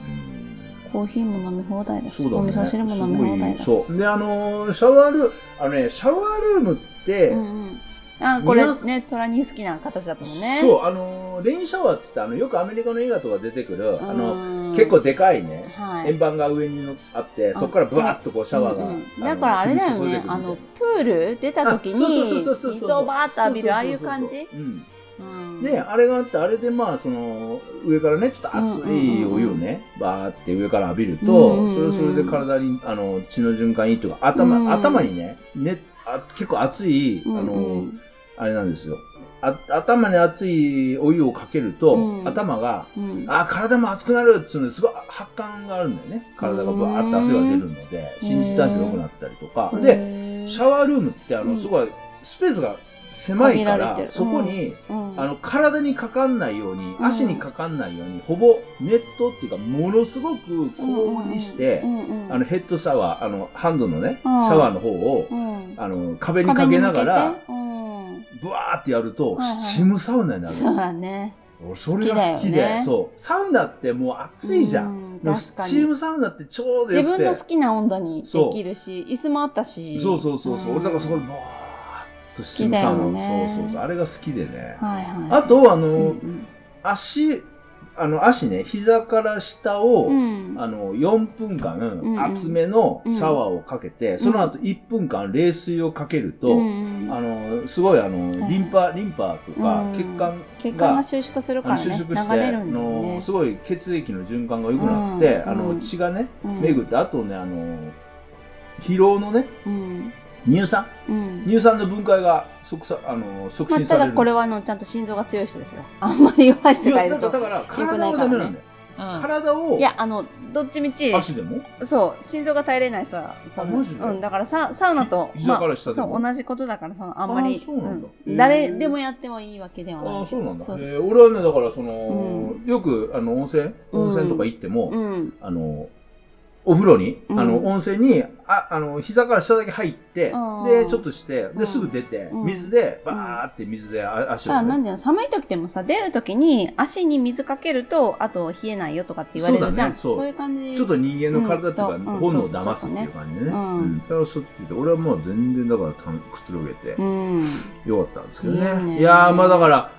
Speaker 4: うん
Speaker 3: コーヒーも飲み放題だし、
Speaker 4: そうだ
Speaker 3: お
Speaker 4: ね
Speaker 3: 味噌汁も飲み放題だし
Speaker 4: すごいそうであのーシャワールームあのねシャワールームって
Speaker 3: うんうん、あこれ
Speaker 4: 皆さ
Speaker 3: ねトラニー好きな形だったもんね
Speaker 4: そうあのーレインシャワーっつってあのよくアメリカの映画とか出てくるあの
Speaker 3: の
Speaker 4: 結構でかいね
Speaker 3: はい
Speaker 4: 円盤が上にのあってそこからバーッとこうシャワーが、
Speaker 3: うんうん
Speaker 4: の
Speaker 3: だからあれだよ
Speaker 4: 降り注いで
Speaker 3: ね
Speaker 4: くるみた
Speaker 3: あ
Speaker 4: いな
Speaker 3: のプール出た時に水をバーッと浴びるああいう感じ、
Speaker 4: うん
Speaker 3: うん
Speaker 4: であれがあってあれでまあその上からねちょっと熱いお湯をね、バーって上から浴びると、
Speaker 3: うんうんうん
Speaker 4: それはそれで体にあの血の循環いいというか頭,、
Speaker 3: うん
Speaker 4: 頭にねねあ結構熱いあの、
Speaker 3: うん
Speaker 4: あれなんですよあ頭に熱いお湯をかけると、
Speaker 3: うん
Speaker 4: 頭が
Speaker 3: うんうん
Speaker 4: あー体も熱くなるっつうのですごい発汗があるんだよね体がバーッと汗が出るので
Speaker 3: うん
Speaker 4: 新陳代謝が良くなったりとかで
Speaker 3: で
Speaker 4: シャワールームってあ
Speaker 3: う
Speaker 4: の
Speaker 3: ん
Speaker 4: すごいスペースが狭
Speaker 3: 限
Speaker 4: いか
Speaker 3: られて
Speaker 4: ら
Speaker 3: る
Speaker 4: そこに
Speaker 3: うん
Speaker 4: あの体にかかんないように
Speaker 3: うん
Speaker 4: 足にかかんないようにほぼネットっていうかものすごく高温にして
Speaker 3: うんうんうん
Speaker 4: あのヘッドシャワーあのハンドのね
Speaker 3: う
Speaker 4: シ
Speaker 3: ん
Speaker 4: ャワーの方を
Speaker 3: うん
Speaker 4: あの壁にかけなが
Speaker 3: 壁に向
Speaker 4: ら
Speaker 3: けてうん
Speaker 4: ブワーってやると
Speaker 3: はいはい
Speaker 4: スチームサウナになるんです
Speaker 3: そうだね
Speaker 4: 俺それが好き
Speaker 3: 好き
Speaker 4: で
Speaker 3: だよね
Speaker 4: そうサウナってもう暑いじゃん、
Speaker 3: うん
Speaker 4: でも
Speaker 3: 確かに
Speaker 4: スチームサウナってちょうど
Speaker 3: 自
Speaker 4: よくて
Speaker 3: 分の好きな温度にできるし椅子もあったし
Speaker 4: そうそうそうそう、
Speaker 3: ん
Speaker 4: 俺だからそこでボーッとスチームサウナ、
Speaker 3: 好きだよね
Speaker 4: そうそうそうあれが好きでね、
Speaker 3: はいはい
Speaker 4: あとあの、
Speaker 3: うん
Speaker 4: 足あの足ね膝から下を、
Speaker 3: うん
Speaker 4: あの4分
Speaker 3: うんうん
Speaker 4: 間厚めのシャワーをかけて、その後1分間冷水をかけると、
Speaker 3: うんうん
Speaker 4: あのすごいあ
Speaker 3: は
Speaker 4: の
Speaker 3: い
Speaker 4: リンパリンパとか
Speaker 3: うん
Speaker 4: 血管
Speaker 3: 血管
Speaker 4: が
Speaker 3: が収縮するか
Speaker 4: あの
Speaker 3: ら
Speaker 4: 収
Speaker 3: ね
Speaker 4: 縮して、
Speaker 3: 流れるんだよ
Speaker 4: あ
Speaker 3: ね
Speaker 4: のすごい血液の循環が良くなって、
Speaker 3: うん
Speaker 4: あ
Speaker 3: う
Speaker 4: の
Speaker 3: ん
Speaker 4: 血がね、
Speaker 3: うん
Speaker 4: 巡ってあとねあの疲労のね
Speaker 3: うん
Speaker 4: 乳酸
Speaker 3: うん
Speaker 4: 乳酸の分解が促さあの促
Speaker 3: まあ、
Speaker 4: 進さ
Speaker 3: た
Speaker 4: れ
Speaker 3: だ
Speaker 4: るんです
Speaker 3: これはあのちゃんと心臓が強い人ですよあんまり弱い
Speaker 4: い
Speaker 3: 人が
Speaker 4: や
Speaker 3: い
Speaker 4: だ
Speaker 3: る
Speaker 4: か
Speaker 3: と
Speaker 4: らだから体
Speaker 3: 良くないか
Speaker 4: は
Speaker 3: らね
Speaker 4: ダメなんだよ、
Speaker 3: うん
Speaker 4: 体を
Speaker 3: いやあのどっちみち
Speaker 4: 足でも
Speaker 3: そう心臓が耐えれない人はその
Speaker 4: マジで
Speaker 3: うん、だからササウナと
Speaker 4: ひ膝から下でも
Speaker 3: まあ、そう同じことだからそのあんまり
Speaker 4: あそうなんだ
Speaker 3: う
Speaker 4: へー
Speaker 3: 誰でもやってもいいわけでは
Speaker 4: あ
Speaker 3: な
Speaker 4: あ
Speaker 3: い
Speaker 4: そうなんだ
Speaker 3: そうそう
Speaker 4: えー俺はねだからその、よくあの温泉
Speaker 3: うん
Speaker 4: 温泉とか行っても、
Speaker 3: うん
Speaker 4: あのお風呂に、
Speaker 3: うん
Speaker 4: あの温泉にああの膝から下だけ入って
Speaker 3: あー
Speaker 4: でちょっとして
Speaker 3: うん
Speaker 4: ですぐ出て、
Speaker 3: うん
Speaker 4: 水でバーって水であ足
Speaker 3: さ
Speaker 4: を
Speaker 3: あ
Speaker 4: ね、
Speaker 3: なんで寒い時でもさ出る時に足に水かけるとあと冷えないよとかって言われるじゃん
Speaker 4: そうだねそう
Speaker 3: いう感じ
Speaker 4: ちょっと人間の体っていうか、
Speaker 3: うん
Speaker 4: 本能を騙すっていう感じでね、
Speaker 3: う
Speaker 4: うんんそれはそっちで俺はもう全然だからたくつろげて
Speaker 3: うん
Speaker 4: よかったんですけどね。
Speaker 3: いいね
Speaker 4: いやー、まあだから、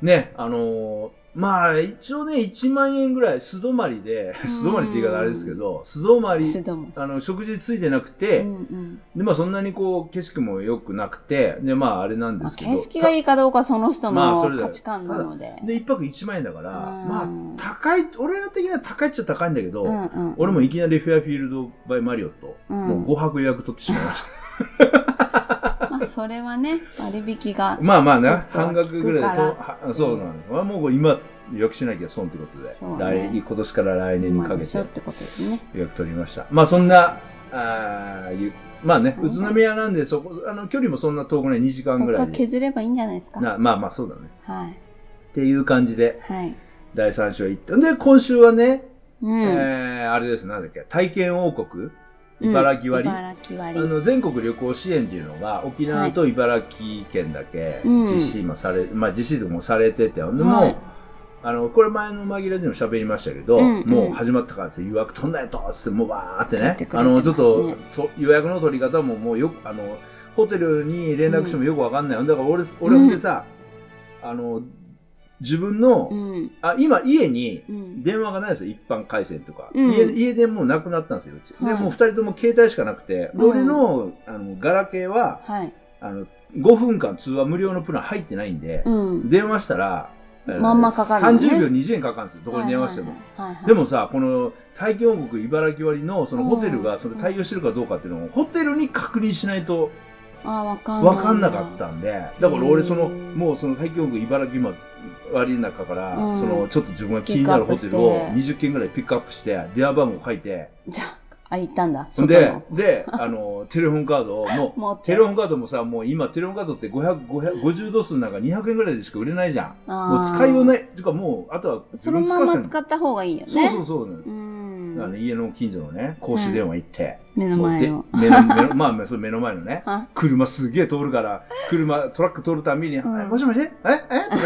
Speaker 4: ね、あのーまあ一応ね、1万円ぐらい素泊まりで、
Speaker 3: うん
Speaker 4: 素泊まりって言い方あれですけど、素泊まり、
Speaker 3: 湿度も、
Speaker 4: あの、食事ついてなく
Speaker 3: う
Speaker 4: て、
Speaker 3: んうん
Speaker 4: で、まあそんなにこう、景色も良くなくて、で、まああれなんですけど。
Speaker 3: 景色がいいかどうかはその人
Speaker 4: まあそ
Speaker 3: の
Speaker 4: れだよ
Speaker 3: 価値観なので。
Speaker 4: たで、1泊1万円だから、
Speaker 3: うん
Speaker 4: まあ高い、俺ら的には高いっちゃ高いんだけど、
Speaker 3: うんうんうん
Speaker 4: 俺もいきなりフェアフィールドバイマリオット、
Speaker 3: うん
Speaker 4: もう5泊予約取ってしまいました。
Speaker 3: まあそれはね、割引が。
Speaker 4: まあまあね
Speaker 3: ちょっ、とは
Speaker 4: 半額ぐらい
Speaker 3: 聞
Speaker 4: で
Speaker 3: くから
Speaker 4: とは、そうなんです。まあもう今予約しなきゃ損ってことで、
Speaker 3: そうね
Speaker 4: 来今年から来年に
Speaker 3: まあ
Speaker 4: か
Speaker 3: で
Speaker 4: け
Speaker 3: しょっててことですね。
Speaker 4: 予約取りました。まあそんな、あーゆまあね、
Speaker 3: うん
Speaker 4: 宇都宮なんで、そこ、あの、距離もそんな遠くない、2時間ぐら
Speaker 3: 他
Speaker 4: いで。
Speaker 3: 削ればいいんじゃないですか。
Speaker 4: なまあまあそうだね。
Speaker 3: はい。
Speaker 4: っていう感じで、
Speaker 3: はい。
Speaker 4: 第3章行って。で、今週はね、
Speaker 3: うん。
Speaker 4: えー、あれです、なんだっけ、体験王国、
Speaker 3: うん
Speaker 4: 茨城割、
Speaker 3: 茨城割
Speaker 4: あの全国旅行支援っていうのが沖縄と茨城県だけ
Speaker 3: うん
Speaker 4: 実施もされ、まあ実施とかもされてて、でも
Speaker 3: はい
Speaker 4: あのこれ前の紛れでも喋りましたけど、
Speaker 3: うんうん
Speaker 4: もう始まったからですよ予約取んないとっつってもうバーって
Speaker 3: 取っ
Speaker 4: ね
Speaker 3: てくれてます
Speaker 4: あ
Speaker 3: ね
Speaker 4: のちょっとと予約の取り方ももうよくあのホテルに連絡してもよくわかんない、だから俺俺ほんでさ、あの自分の、
Speaker 3: うん。
Speaker 4: あ、今家に
Speaker 3: うん。
Speaker 4: 電話がないですよ。一般回線とか。
Speaker 3: うん
Speaker 4: 家、家電もうなくなったんですよ、うち。
Speaker 3: はい
Speaker 4: で、もう二人とも携帯しかなくて、
Speaker 3: うん
Speaker 4: 俺の、あの、ガラケーは、
Speaker 3: はい。
Speaker 4: あの、5分間通話無料のプラン入ってないんで、
Speaker 3: うん。
Speaker 4: 電話したら、えー
Speaker 3: まんまかかるのね
Speaker 4: 30秒20円かかるんですよ。どこに電話しても。
Speaker 3: はいはいはい。
Speaker 4: で
Speaker 3: も、
Speaker 4: もさ、この大金王国茨城割のそのホテル
Speaker 3: う
Speaker 4: が
Speaker 3: ん
Speaker 4: それ対応してるかどうかっていうのをホテルに確認しないと
Speaker 3: あー、わかんない。
Speaker 4: 分かんなかっ。たんで、だから俺その、もうその大金王国茨城割の中から、
Speaker 3: うん
Speaker 4: そのちょっと自分が気になるホテルを
Speaker 3: ピックアップ
Speaker 4: 20件ぐらいピックアップして、電話番号書いて、
Speaker 3: じゃあ、あ、行ったんだ。
Speaker 4: ほん
Speaker 3: 外
Speaker 4: で
Speaker 3: の、
Speaker 4: で、あの、テレホンカードをも う、
Speaker 3: 持って。
Speaker 4: テレホンカードもさ、もう今テレホンカードって500、500 50度数なんか200円ぐらいでしか売れないじゃん。も
Speaker 3: も。
Speaker 4: う使いようないい。ていうかもう、あとは自
Speaker 3: その
Speaker 4: 分
Speaker 3: まんま
Speaker 4: し
Speaker 3: 使った方がいいよね。
Speaker 4: そうそうそう。
Speaker 3: う。ん。
Speaker 4: あの家の近所のね、公衆電話行って、
Speaker 3: 目の
Speaker 4: もう
Speaker 3: 前
Speaker 4: で
Speaker 3: の。
Speaker 4: 目の目の、まあ、そう目の前のね、
Speaker 3: あ
Speaker 4: 車すげえ通るから、車、トラック通るたびに、
Speaker 3: うん
Speaker 4: えもしもしええとか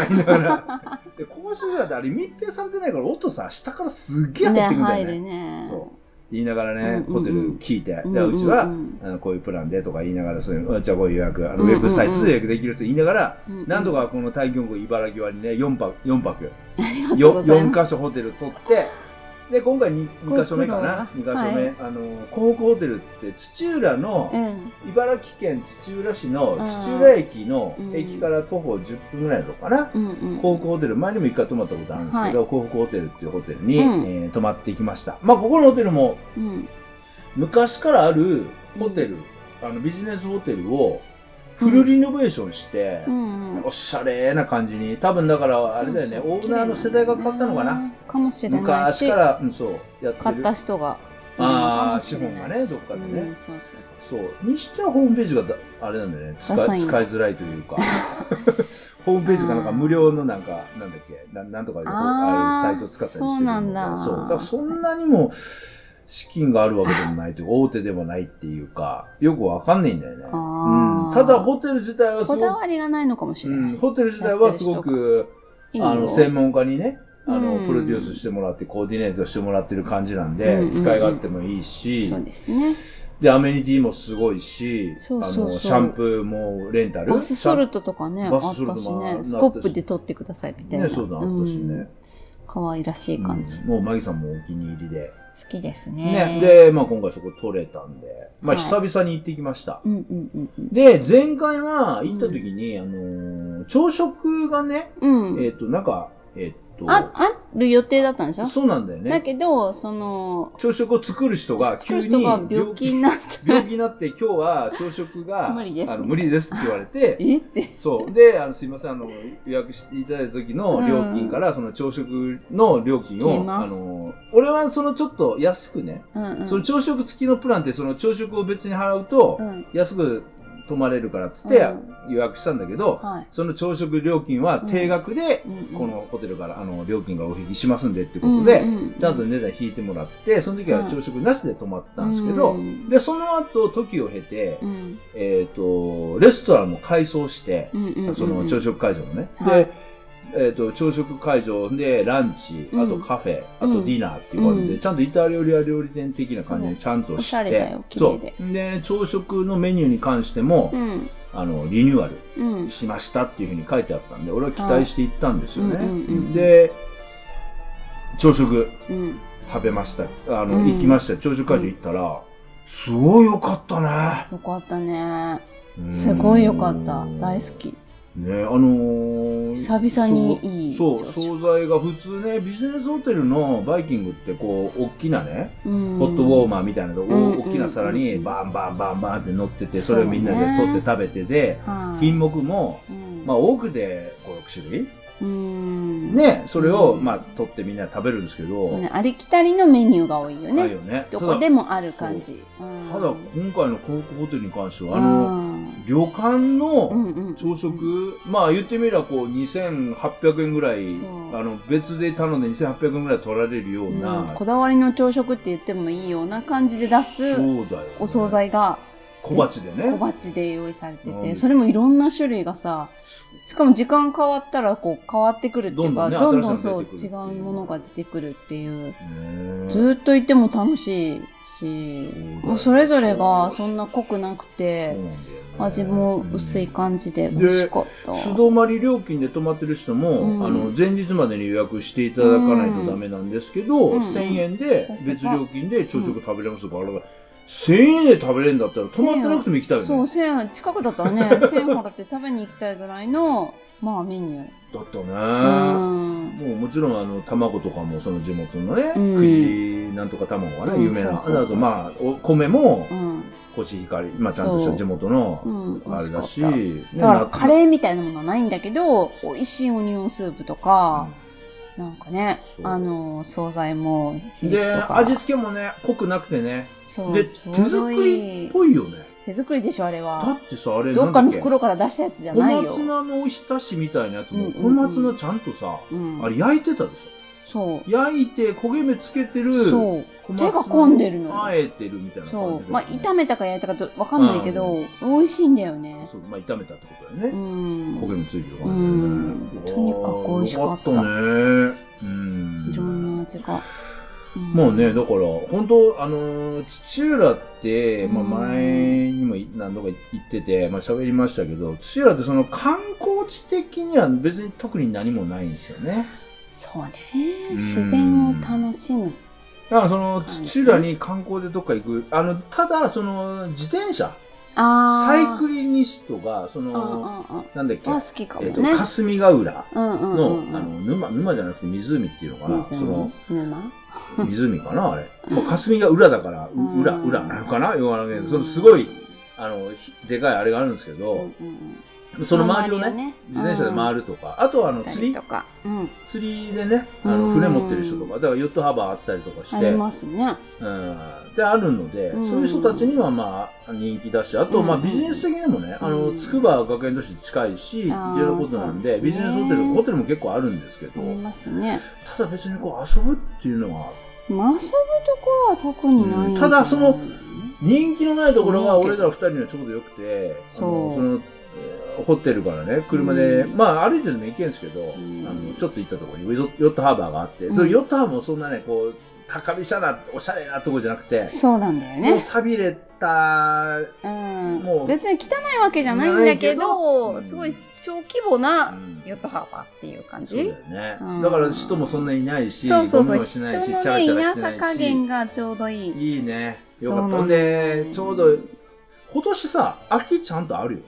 Speaker 4: 言いながら、 で公衆電話ってあれ密閉されてないから、音さ、下からすげえ入ってくんだ
Speaker 3: 入
Speaker 4: よね。
Speaker 3: るね。
Speaker 4: そう言いながらね、
Speaker 3: うんうんうん
Speaker 4: ホテル聞いて、
Speaker 3: うん
Speaker 4: でうちは、
Speaker 3: うんうん
Speaker 4: あのこういうプランでとか言いながら、そういう、あじゃあこういう予約、あ
Speaker 3: うん
Speaker 4: の
Speaker 3: う
Speaker 4: ウ
Speaker 3: んうん
Speaker 4: ェブサイトで予約できるって言いながら、
Speaker 3: うんうん
Speaker 4: なんとかこの大京国茨城割にね、4泊、4泊、
Speaker 3: ありがとうご
Speaker 4: よ
Speaker 3: ざい
Speaker 4: 4
Speaker 3: ます
Speaker 4: 箇所ホテル取って、で、今回 2, 2箇所目かな。
Speaker 3: ご
Speaker 4: 2
Speaker 3: 苦労
Speaker 4: 箇所目。
Speaker 3: はい
Speaker 4: あの、湖北ホテルっつって、土浦の、
Speaker 3: うん。
Speaker 4: 茨城県土浦市
Speaker 3: う
Speaker 4: の
Speaker 3: ん
Speaker 4: 土浦駅の
Speaker 3: うん
Speaker 4: 駅から徒歩10分ぐらいのとこかな。
Speaker 3: うんうん。
Speaker 4: 湖北ホテル、前にも一回泊まったことあるんですけど、湖北ホテルっていうホテルに、
Speaker 3: うん
Speaker 4: えー泊まってきました。まあ、ここのホテルも
Speaker 3: うん。
Speaker 4: 昔からあるホテル、あのビジネスホテルをフルリノベーションして、
Speaker 3: うんうん。
Speaker 4: おしゃれな感じに、多分だからあれだよね、
Speaker 3: そうそう
Speaker 4: オーナーの世代が変わったのかな。。
Speaker 3: かもしれないし。
Speaker 4: 昔から、うん、そう、やってる。
Speaker 3: 買った人が。
Speaker 4: あー
Speaker 3: うんかもしれない
Speaker 4: 資本がねどっかでね
Speaker 3: うんそうそうそう。
Speaker 4: そう。にしてはホームページがだ、あれなんだよね、使
Speaker 3: ダサい
Speaker 4: い
Speaker 3: の
Speaker 4: 使いづらいという か。ホームページがなんか無料のなんか、なんだっけ、ななんとかいう
Speaker 3: あ
Speaker 4: あ
Speaker 3: ー
Speaker 4: あいうサイト使ったりしてる
Speaker 3: そうなんだ
Speaker 4: そう。だからそんなにも資金があるわけでもないというか、大手でもないっていうか、よくわかんないんだよね。
Speaker 3: あー
Speaker 4: うん、ただホテル自体はす
Speaker 3: こ
Speaker 4: ご
Speaker 3: だ
Speaker 4: く、
Speaker 3: わりがないのかもしれ
Speaker 4: う
Speaker 3: ない。
Speaker 4: ん、ホテル自体はすごく、
Speaker 3: いいよ
Speaker 4: あの、専門家にね、あの、
Speaker 3: うん
Speaker 4: プロデュースしてもらって、コーディネートしてもらってる感じなんで、
Speaker 3: うんうんうん
Speaker 4: 使い勝手もいいし、
Speaker 3: そうですね。
Speaker 4: で、アメニティもすごいし、
Speaker 3: そうそうそう
Speaker 4: あの、シャンプーもレンタル。
Speaker 3: バスソルトとかね、あ
Speaker 4: バ
Speaker 3: っ
Speaker 4: スソル
Speaker 3: た
Speaker 4: ト
Speaker 3: し
Speaker 4: もあ
Speaker 3: ね、
Speaker 4: る
Speaker 3: スコップで撮ってくださいみたいな。
Speaker 4: ね、そうだ、あったしね。
Speaker 3: うん。可愛らしい感じ。
Speaker 4: うんもう、マギさんもお気に入りで。
Speaker 3: 好きです
Speaker 4: ね。
Speaker 3: ね。、
Speaker 4: で、まあ今回そこ取れたんで、まあ
Speaker 3: はい
Speaker 4: 久々に行ってきました。
Speaker 3: うんうんうんうん。
Speaker 4: で、前回は行った時に、あのー、朝食がね、
Speaker 3: うん。
Speaker 4: えっ、と、なんか、えっ、
Speaker 3: あ、ある予定だったんでしょ
Speaker 4: と、そうなんだよ
Speaker 3: だ
Speaker 4: ね。
Speaker 3: けど、その、
Speaker 4: 朝食を作る人が
Speaker 3: 作る
Speaker 4: 急
Speaker 3: 人
Speaker 4: に
Speaker 3: が病気になって、
Speaker 4: 病気になって、今日は朝食 が
Speaker 3: 無理です
Speaker 4: あの無理ですって言われて、
Speaker 3: えって。
Speaker 4: そう。で、あの、すいません、あの、予約していただいた時の料金から、その朝食の料金
Speaker 3: 聞き
Speaker 4: を、
Speaker 3: ま
Speaker 4: あ
Speaker 3: す
Speaker 4: の、俺はそのちょっと安くね、
Speaker 3: うんうん。
Speaker 4: その朝食付きのプランって、その朝食を別に払うと
Speaker 3: う、ん。
Speaker 4: 安く泊まれるからっつって
Speaker 3: う
Speaker 4: 予約したんだけど、
Speaker 3: はい。
Speaker 4: その朝食料金は定額で、
Speaker 3: うんうん
Speaker 4: このホテルから、あの、料金がお引きしますんでってことで、
Speaker 3: うんうん
Speaker 4: ちゃんと値段引いてもらって、その時は朝食なしで泊まったんですけど、
Speaker 3: うん
Speaker 4: で、その後、時を経て、
Speaker 3: うん
Speaker 4: えっ、と、レストランも改装して、
Speaker 3: うんうんうん。
Speaker 4: その朝食会場もね。
Speaker 3: はい
Speaker 4: で、えっ、と、朝食会場でランチ、
Speaker 3: うん
Speaker 4: あとカフェ、
Speaker 3: うん
Speaker 4: あとディナーっていう感じで、
Speaker 3: うん
Speaker 4: ちゃんとイタリア料理店的な感じで
Speaker 3: そう
Speaker 4: ちゃんとして。
Speaker 3: おしゃれだよ綺麗で
Speaker 4: そう。で、朝食のメニューに関しても、
Speaker 3: うん。
Speaker 4: あの、リニューアル
Speaker 3: うん。
Speaker 4: しましたっていうふうに書いてあったんで、俺は期待して行ったんですよ
Speaker 3: はいうんうんうん
Speaker 4: ね。で、朝食
Speaker 3: うん。
Speaker 4: 食べました。あ
Speaker 3: う
Speaker 4: の、
Speaker 3: ん
Speaker 4: 行きました。朝食会場行ったら、すごい良かったね。
Speaker 3: よかったね。
Speaker 4: うん
Speaker 3: すごいよかった。大好き。
Speaker 4: ね、あのー
Speaker 3: 久々にいい
Speaker 4: そう
Speaker 3: 朝食
Speaker 4: そう惣菜が普通ねビジネスホテルのバイキングってこう大きなね、
Speaker 3: うん。
Speaker 4: ホットウォー
Speaker 3: マ
Speaker 4: マーみたいなの
Speaker 3: うんうんうん
Speaker 4: お大きな皿にバンバンバンバンって乗っててそれをみんな
Speaker 3: そうね
Speaker 4: で取って食べてで、
Speaker 3: はい。
Speaker 4: 品目も、
Speaker 3: うん。
Speaker 4: まあ、多くで56種類
Speaker 3: うん。
Speaker 4: ねそれを、
Speaker 3: うん
Speaker 4: まあ、取ってみんなで食べるんですけど
Speaker 3: そうね、ありきたりのメニューが多いよ
Speaker 4: な
Speaker 3: ね。
Speaker 4: いよね
Speaker 3: どこでもある感じ。
Speaker 4: た
Speaker 3: うん
Speaker 4: だそうただ今回の航空ホテルに関してはあの、
Speaker 3: うん
Speaker 4: 旅館の、
Speaker 3: うんうんうん
Speaker 4: 朝食、まあ言ってみればこう2800円ぐらい
Speaker 3: そう
Speaker 4: あの別で頼んで2800円ぐらい取られるような、
Speaker 3: うんこだわりの朝食って言ってもいいような感じで出す
Speaker 4: そうだよ、ね、
Speaker 3: お惣菜が
Speaker 4: 小鉢でね
Speaker 3: 小鉢で用意されて
Speaker 4: なん
Speaker 3: て
Speaker 4: で
Speaker 3: それもいろんな種類がさしかも時間変わったらこう変わってくるっていうかど
Speaker 4: ど
Speaker 3: ん
Speaker 4: ん
Speaker 3: ど
Speaker 4: ど
Speaker 3: ん
Speaker 4: んね
Speaker 3: そう
Speaker 4: 新し
Speaker 3: 違
Speaker 4: いの
Speaker 3: う
Speaker 4: 出てくるっていう
Speaker 3: ものが出てくるっていう
Speaker 4: ね
Speaker 3: ずーっといても楽しいし
Speaker 4: そうだよ、
Speaker 3: もうそれぞれがそんな濃くなく
Speaker 4: そう
Speaker 3: て、
Speaker 4: なんだよね
Speaker 3: 味も薄い感じで
Speaker 4: うん
Speaker 3: 美味しかった。
Speaker 4: 素泊まり料金で泊まってる人も、
Speaker 3: うん
Speaker 4: あの前日までに予約していただかないとダメなんですけど、
Speaker 3: うん
Speaker 4: 1000円で
Speaker 3: うん
Speaker 4: 別料金で朝食食べれますから、1000円で食べれるんだったら泊まってなくても行きたい
Speaker 3: そ
Speaker 4: よ
Speaker 3: う、
Speaker 4: ね。
Speaker 3: 1000円、近くだったらね、1000円払 って食べに行きたいぐらいの、まあメニュー。
Speaker 4: だった
Speaker 3: う
Speaker 4: ね。
Speaker 3: ん。
Speaker 4: もうもちろんあの卵とかもその地元のね、
Speaker 3: うん
Speaker 4: くじなんとか卵が
Speaker 3: うん
Speaker 4: ね、有名な。あ
Speaker 3: そうそうそう
Speaker 4: とまあ、お米も
Speaker 3: うん。
Speaker 4: コシヒカリ、まあちゃんとした地元の
Speaker 3: そううん
Speaker 4: あれだし、
Speaker 3: 美味
Speaker 4: ね
Speaker 3: だから
Speaker 4: な
Speaker 3: カレーみたいなものはないんだけど、美味しいオニオンスープとか、なんかね
Speaker 4: そ、う
Speaker 3: あの、惣菜も、ひじき
Speaker 4: で、
Speaker 3: とか。
Speaker 4: 味付けもね、濃くなくてね。
Speaker 3: そう
Speaker 4: で、
Speaker 3: ちょ
Speaker 4: 手
Speaker 3: うど
Speaker 4: 作
Speaker 3: い
Speaker 4: り
Speaker 3: い
Speaker 4: っぽいよね。
Speaker 3: 手作りでしょ、あれ
Speaker 4: だ
Speaker 3: は。
Speaker 4: ってさ、あれ
Speaker 3: どっかの
Speaker 4: なんだっけ
Speaker 3: 袋から出したやつじゃないよ
Speaker 4: 小。松菜のおひたしみたいなやつ
Speaker 3: うん
Speaker 4: も、
Speaker 3: うんうん
Speaker 4: 小松菜ちゃんとさ、
Speaker 3: うん
Speaker 4: あれ焼いてたでしょ。
Speaker 3: そう。
Speaker 4: 焼いて焦げ目つけてる、
Speaker 3: そう。
Speaker 4: 小松菜
Speaker 3: 手が込んでるのよ
Speaker 4: あえてるみたいな
Speaker 3: そ
Speaker 4: 感じ
Speaker 3: う。
Speaker 4: で、
Speaker 3: まあ、炒めたか焼いたかどわかんないけど、美味しいんだよね。
Speaker 4: そう、まあ、炒めたってことだよ
Speaker 3: う
Speaker 4: ね。
Speaker 3: ん。
Speaker 4: 焦げ目ついてる感じだ
Speaker 3: う
Speaker 4: よね。
Speaker 3: んとにかく美味しかった
Speaker 4: あーよかったね。う
Speaker 3: いろんな味が。ん
Speaker 4: もうね、だから、本当あのー土浦って、まあ、
Speaker 3: うん
Speaker 4: 前にもい何度か言ってて、まあ、喋りましたけど、土浦ってその観光地的には別に特に何もないんですよね。
Speaker 3: そうね。自然を楽しむ。
Speaker 4: だから、そ
Speaker 3: そ
Speaker 4: の、
Speaker 3: うですね
Speaker 4: 土浦に観光でどっか行く、あの、ただ、その、自転車、
Speaker 3: ああ。
Speaker 4: サイクリニストが、そ
Speaker 3: うんうん
Speaker 4: の、
Speaker 3: うん。
Speaker 4: なんだっけ、
Speaker 3: は好きかも
Speaker 4: えっ、
Speaker 3: ね。
Speaker 4: と、霞ヶ浦
Speaker 3: うんうんう
Speaker 4: の、
Speaker 3: んうん。
Speaker 4: あの、沼、沼じゃなくて湖っていうのかな、その
Speaker 3: 湖、沼
Speaker 4: 湖かな、あれ。まあ、霞が浦だから、
Speaker 3: うん
Speaker 4: う裏、裏なのかな、言わないけど、そのすごい、あの、ひでかいあれがあるんですけ
Speaker 3: うん
Speaker 4: ど、
Speaker 3: うん
Speaker 4: その周りを
Speaker 3: 周りを
Speaker 4: ね
Speaker 3: ね、
Speaker 4: 自転車で回るとか、あと
Speaker 3: うん、
Speaker 4: はあの釣り
Speaker 3: と、か、うん、
Speaker 4: 釣りでね、あ
Speaker 3: う
Speaker 4: の
Speaker 3: ん
Speaker 4: 船持ってる人とか、だからヨットハーバーあったりとかし
Speaker 3: あ
Speaker 4: て、
Speaker 3: り
Speaker 4: うん。
Speaker 3: ますね。
Speaker 4: で、あるので、
Speaker 3: うん
Speaker 4: そういう人たちにはまあ人気だし、あとまあ
Speaker 3: うん
Speaker 4: ビジネス的にもね、あの、
Speaker 3: うん
Speaker 4: 筑波学園都市近いし、い
Speaker 3: あー
Speaker 4: ろんなことなん
Speaker 3: そう
Speaker 4: で、
Speaker 3: ですね
Speaker 4: ビジネスホテル、ホテルも結構あるんですけ
Speaker 3: あ
Speaker 4: ど
Speaker 3: り、ますね。
Speaker 4: ただ別にこう遊ぶっていうのは、
Speaker 3: まあ、遊ぶところは特にないんじゃない、
Speaker 4: うんただその人気のないところが俺ら二人にはちょうどよくて、
Speaker 3: そう
Speaker 4: あのそのえーホテルからね、車で、
Speaker 3: うん
Speaker 4: まあ歩いてでも行けるんですけど、
Speaker 3: ん
Speaker 4: あのちょっと行ったところにヨヨットハーバーがあって、
Speaker 3: うん
Speaker 4: そのヨットハーバーもそんなね、こう、高飛車な、おしゃれなとこじゃなくて、
Speaker 3: そうなんだよ
Speaker 4: もう
Speaker 3: ね。
Speaker 4: 錆びれた、
Speaker 3: うん、
Speaker 4: もう
Speaker 3: 別に汚いわけじゃないんだけど、
Speaker 4: じゃないけど
Speaker 3: すごい小規模な
Speaker 4: うん
Speaker 3: ヨットハーバーっていう感
Speaker 4: そう
Speaker 3: じ
Speaker 4: だ。よね、
Speaker 3: うん
Speaker 4: だから人もそんなにいないし、
Speaker 3: そうそうそう
Speaker 4: ゴミもし
Speaker 3: 人
Speaker 4: な
Speaker 3: の
Speaker 4: いし、チャラ
Speaker 3: ね、
Speaker 4: チ
Speaker 3: い
Speaker 4: ャラ
Speaker 3: な
Speaker 4: してな
Speaker 3: さ
Speaker 4: いし、
Speaker 3: 加減がちょうどいい。
Speaker 4: いいね、よかっ
Speaker 3: そ
Speaker 4: た。
Speaker 3: うなん
Speaker 4: ん
Speaker 3: だ
Speaker 4: で、ちょうど、今年さ、秋ちゃんとあるよね。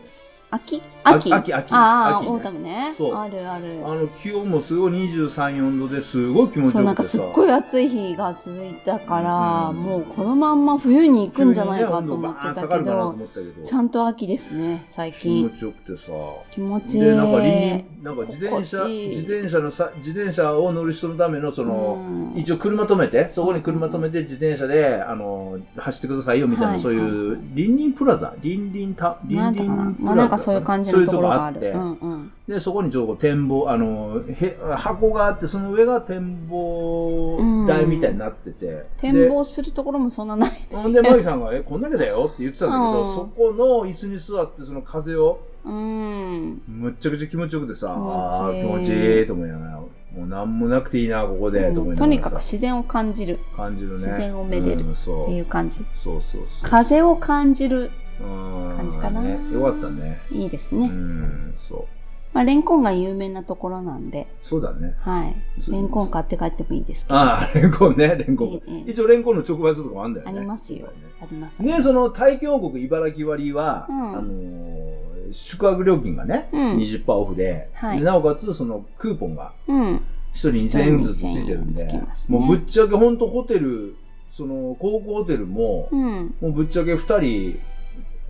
Speaker 3: 秋
Speaker 4: あ
Speaker 3: 秋
Speaker 4: 秋秋
Speaker 3: ああ、
Speaker 4: 秋ね
Speaker 3: オータムね。
Speaker 4: そう
Speaker 3: あるある。
Speaker 4: あの気温もすごい23、4度ですごい気持ち
Speaker 3: そうな
Speaker 4: よ
Speaker 3: んか
Speaker 4: くて
Speaker 3: す
Speaker 4: さ
Speaker 3: っ。ごい暑い日が続いたから、
Speaker 4: うん
Speaker 3: もうこのまんま冬に行くんじゃないかと
Speaker 4: 急にね
Speaker 3: 思っ
Speaker 4: 温度バーン
Speaker 3: てた
Speaker 4: 下が
Speaker 3: け
Speaker 4: るかなと
Speaker 3: ど、
Speaker 4: 思ったけど
Speaker 3: ちゃんと秋ですね最
Speaker 4: 気持
Speaker 3: 近
Speaker 4: ちよくてさ。
Speaker 3: 気持ちいい
Speaker 4: で、なんかりん、なんか自転車、
Speaker 3: 心地いい
Speaker 4: 自転車のさ、自転車を乗る人のための、その、
Speaker 3: うん
Speaker 4: 一応車止めて、そこに車止めて自転車で、あの、走ってくださいよみたいな、
Speaker 3: はい
Speaker 4: そういう、リンリンプラザ、リンリンタ、リ
Speaker 3: な
Speaker 4: ン
Speaker 3: んだ
Speaker 4: リ
Speaker 3: か
Speaker 4: ンプ
Speaker 3: なま
Speaker 4: ラザ。
Speaker 3: あなんかそういう感じのところがある
Speaker 4: そういうとこ
Speaker 3: うん
Speaker 4: あっ
Speaker 3: うん
Speaker 4: て、で、そこにちょっと展望、あの、へ箱があって、その上が展望台みたいになってて、
Speaker 3: 展
Speaker 4: で
Speaker 3: 望するところもそんなない
Speaker 4: ほんで、マギさんが、え、こんだけだよって言ってたんだけ
Speaker 3: う
Speaker 4: ど、
Speaker 3: ん
Speaker 4: そこの椅子に座って、その風を、
Speaker 3: うん
Speaker 4: むっちゃくちゃ気持ちよくてさ、ああー、
Speaker 3: 気
Speaker 4: 気
Speaker 3: 持
Speaker 4: 持
Speaker 3: ち
Speaker 4: ち
Speaker 3: いい
Speaker 4: いいと思いながら、もうなんもなくていいな、ここで、
Speaker 3: も
Speaker 4: と思
Speaker 3: う
Speaker 4: い
Speaker 3: と
Speaker 4: な
Speaker 3: に
Speaker 4: が
Speaker 3: からく
Speaker 4: さ、
Speaker 3: 自然を感じる
Speaker 4: 感じるね。
Speaker 3: 自然をめでる
Speaker 4: うんそ
Speaker 3: っていう感じ
Speaker 4: う。そうそうそう。
Speaker 3: 風を感じる
Speaker 4: 感
Speaker 3: じかな
Speaker 4: よかったね。
Speaker 3: いいです
Speaker 4: う
Speaker 3: ね、
Speaker 4: ん、そう。
Speaker 3: まあ、レンコンが有名なところなんで
Speaker 4: そうだね。
Speaker 3: はい
Speaker 4: そう
Speaker 3: レンコン買って帰ってもいいですけどあ
Speaker 4: ああ、レンコンね、レンコン。
Speaker 3: ええ
Speaker 4: 一応、レンコンの直売所とかもあるんだよね。
Speaker 3: りますよあります
Speaker 4: ね、その大峡国茨城割は、
Speaker 3: うん
Speaker 4: あのー宿泊料金がね、
Speaker 3: うん
Speaker 4: 20%オフで,、
Speaker 3: はい
Speaker 4: でなおかつそのクーポンが
Speaker 3: うん
Speaker 4: 1人2000円ずつついてるん
Speaker 3: 2000
Speaker 4: で、
Speaker 3: 円つきますね
Speaker 4: もうぶっちゃけ本当ホテルその高校ホテルも、
Speaker 3: うん
Speaker 4: もうぶっちゃけ2人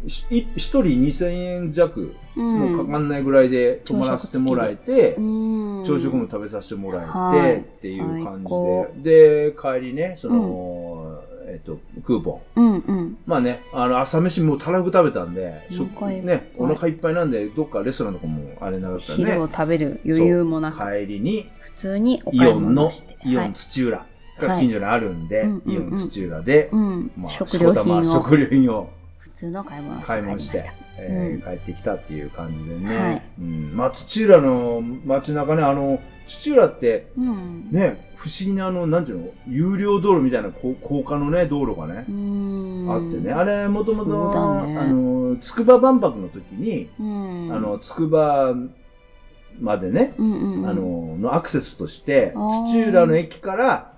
Speaker 4: しい1人2000円弱、
Speaker 3: うん
Speaker 4: もうかかんないぐらいで泊まらせてもらえて、
Speaker 3: うん
Speaker 4: 朝食も食べさせてもらえて、
Speaker 3: はい
Speaker 4: っていう感
Speaker 3: 最高
Speaker 4: じでで帰りねその、えっと、クーポン
Speaker 3: うんうん
Speaker 4: まあね、あの朝飯もたらふく食べたんで、
Speaker 3: お腹いっぱい
Speaker 4: ね、お腹いっぱいなんで、どっかレストランとかもあれなかったんで、
Speaker 3: 昼を食べる余裕もなく、
Speaker 4: そう帰りに
Speaker 3: 普通にお
Speaker 4: イ
Speaker 3: 買い
Speaker 4: オン
Speaker 3: 物
Speaker 4: の
Speaker 3: して、
Speaker 4: イオ
Speaker 3: はい
Speaker 4: ン土浦が近所にあるんで、
Speaker 3: はいうんうんうん
Speaker 4: イオン土浦で、
Speaker 3: うん
Speaker 4: まあ、
Speaker 3: 食料
Speaker 4: しこたま
Speaker 3: 品を
Speaker 4: 食料品を
Speaker 3: 普普通の買い物をして
Speaker 4: 買
Speaker 3: 帰り
Speaker 4: い物
Speaker 3: ま
Speaker 4: し
Speaker 3: してた。、
Speaker 4: え
Speaker 3: うん
Speaker 4: ー帰ってきたっていう感じでね、
Speaker 3: はい
Speaker 4: うんまあ、土浦の街中ねあの土浦って
Speaker 3: うん。
Speaker 4: ね不思議なあのなんていうの有料道路みたいな高高架のね道路がね
Speaker 3: う、ん。
Speaker 4: あってねあれもとも
Speaker 3: そう
Speaker 4: と
Speaker 3: だね
Speaker 4: あの筑波万博の時に、
Speaker 3: うん。
Speaker 4: あ、の筑波までね、
Speaker 3: うんうんうん、
Speaker 4: あののアクセスとして
Speaker 3: あー
Speaker 4: 土浦の駅から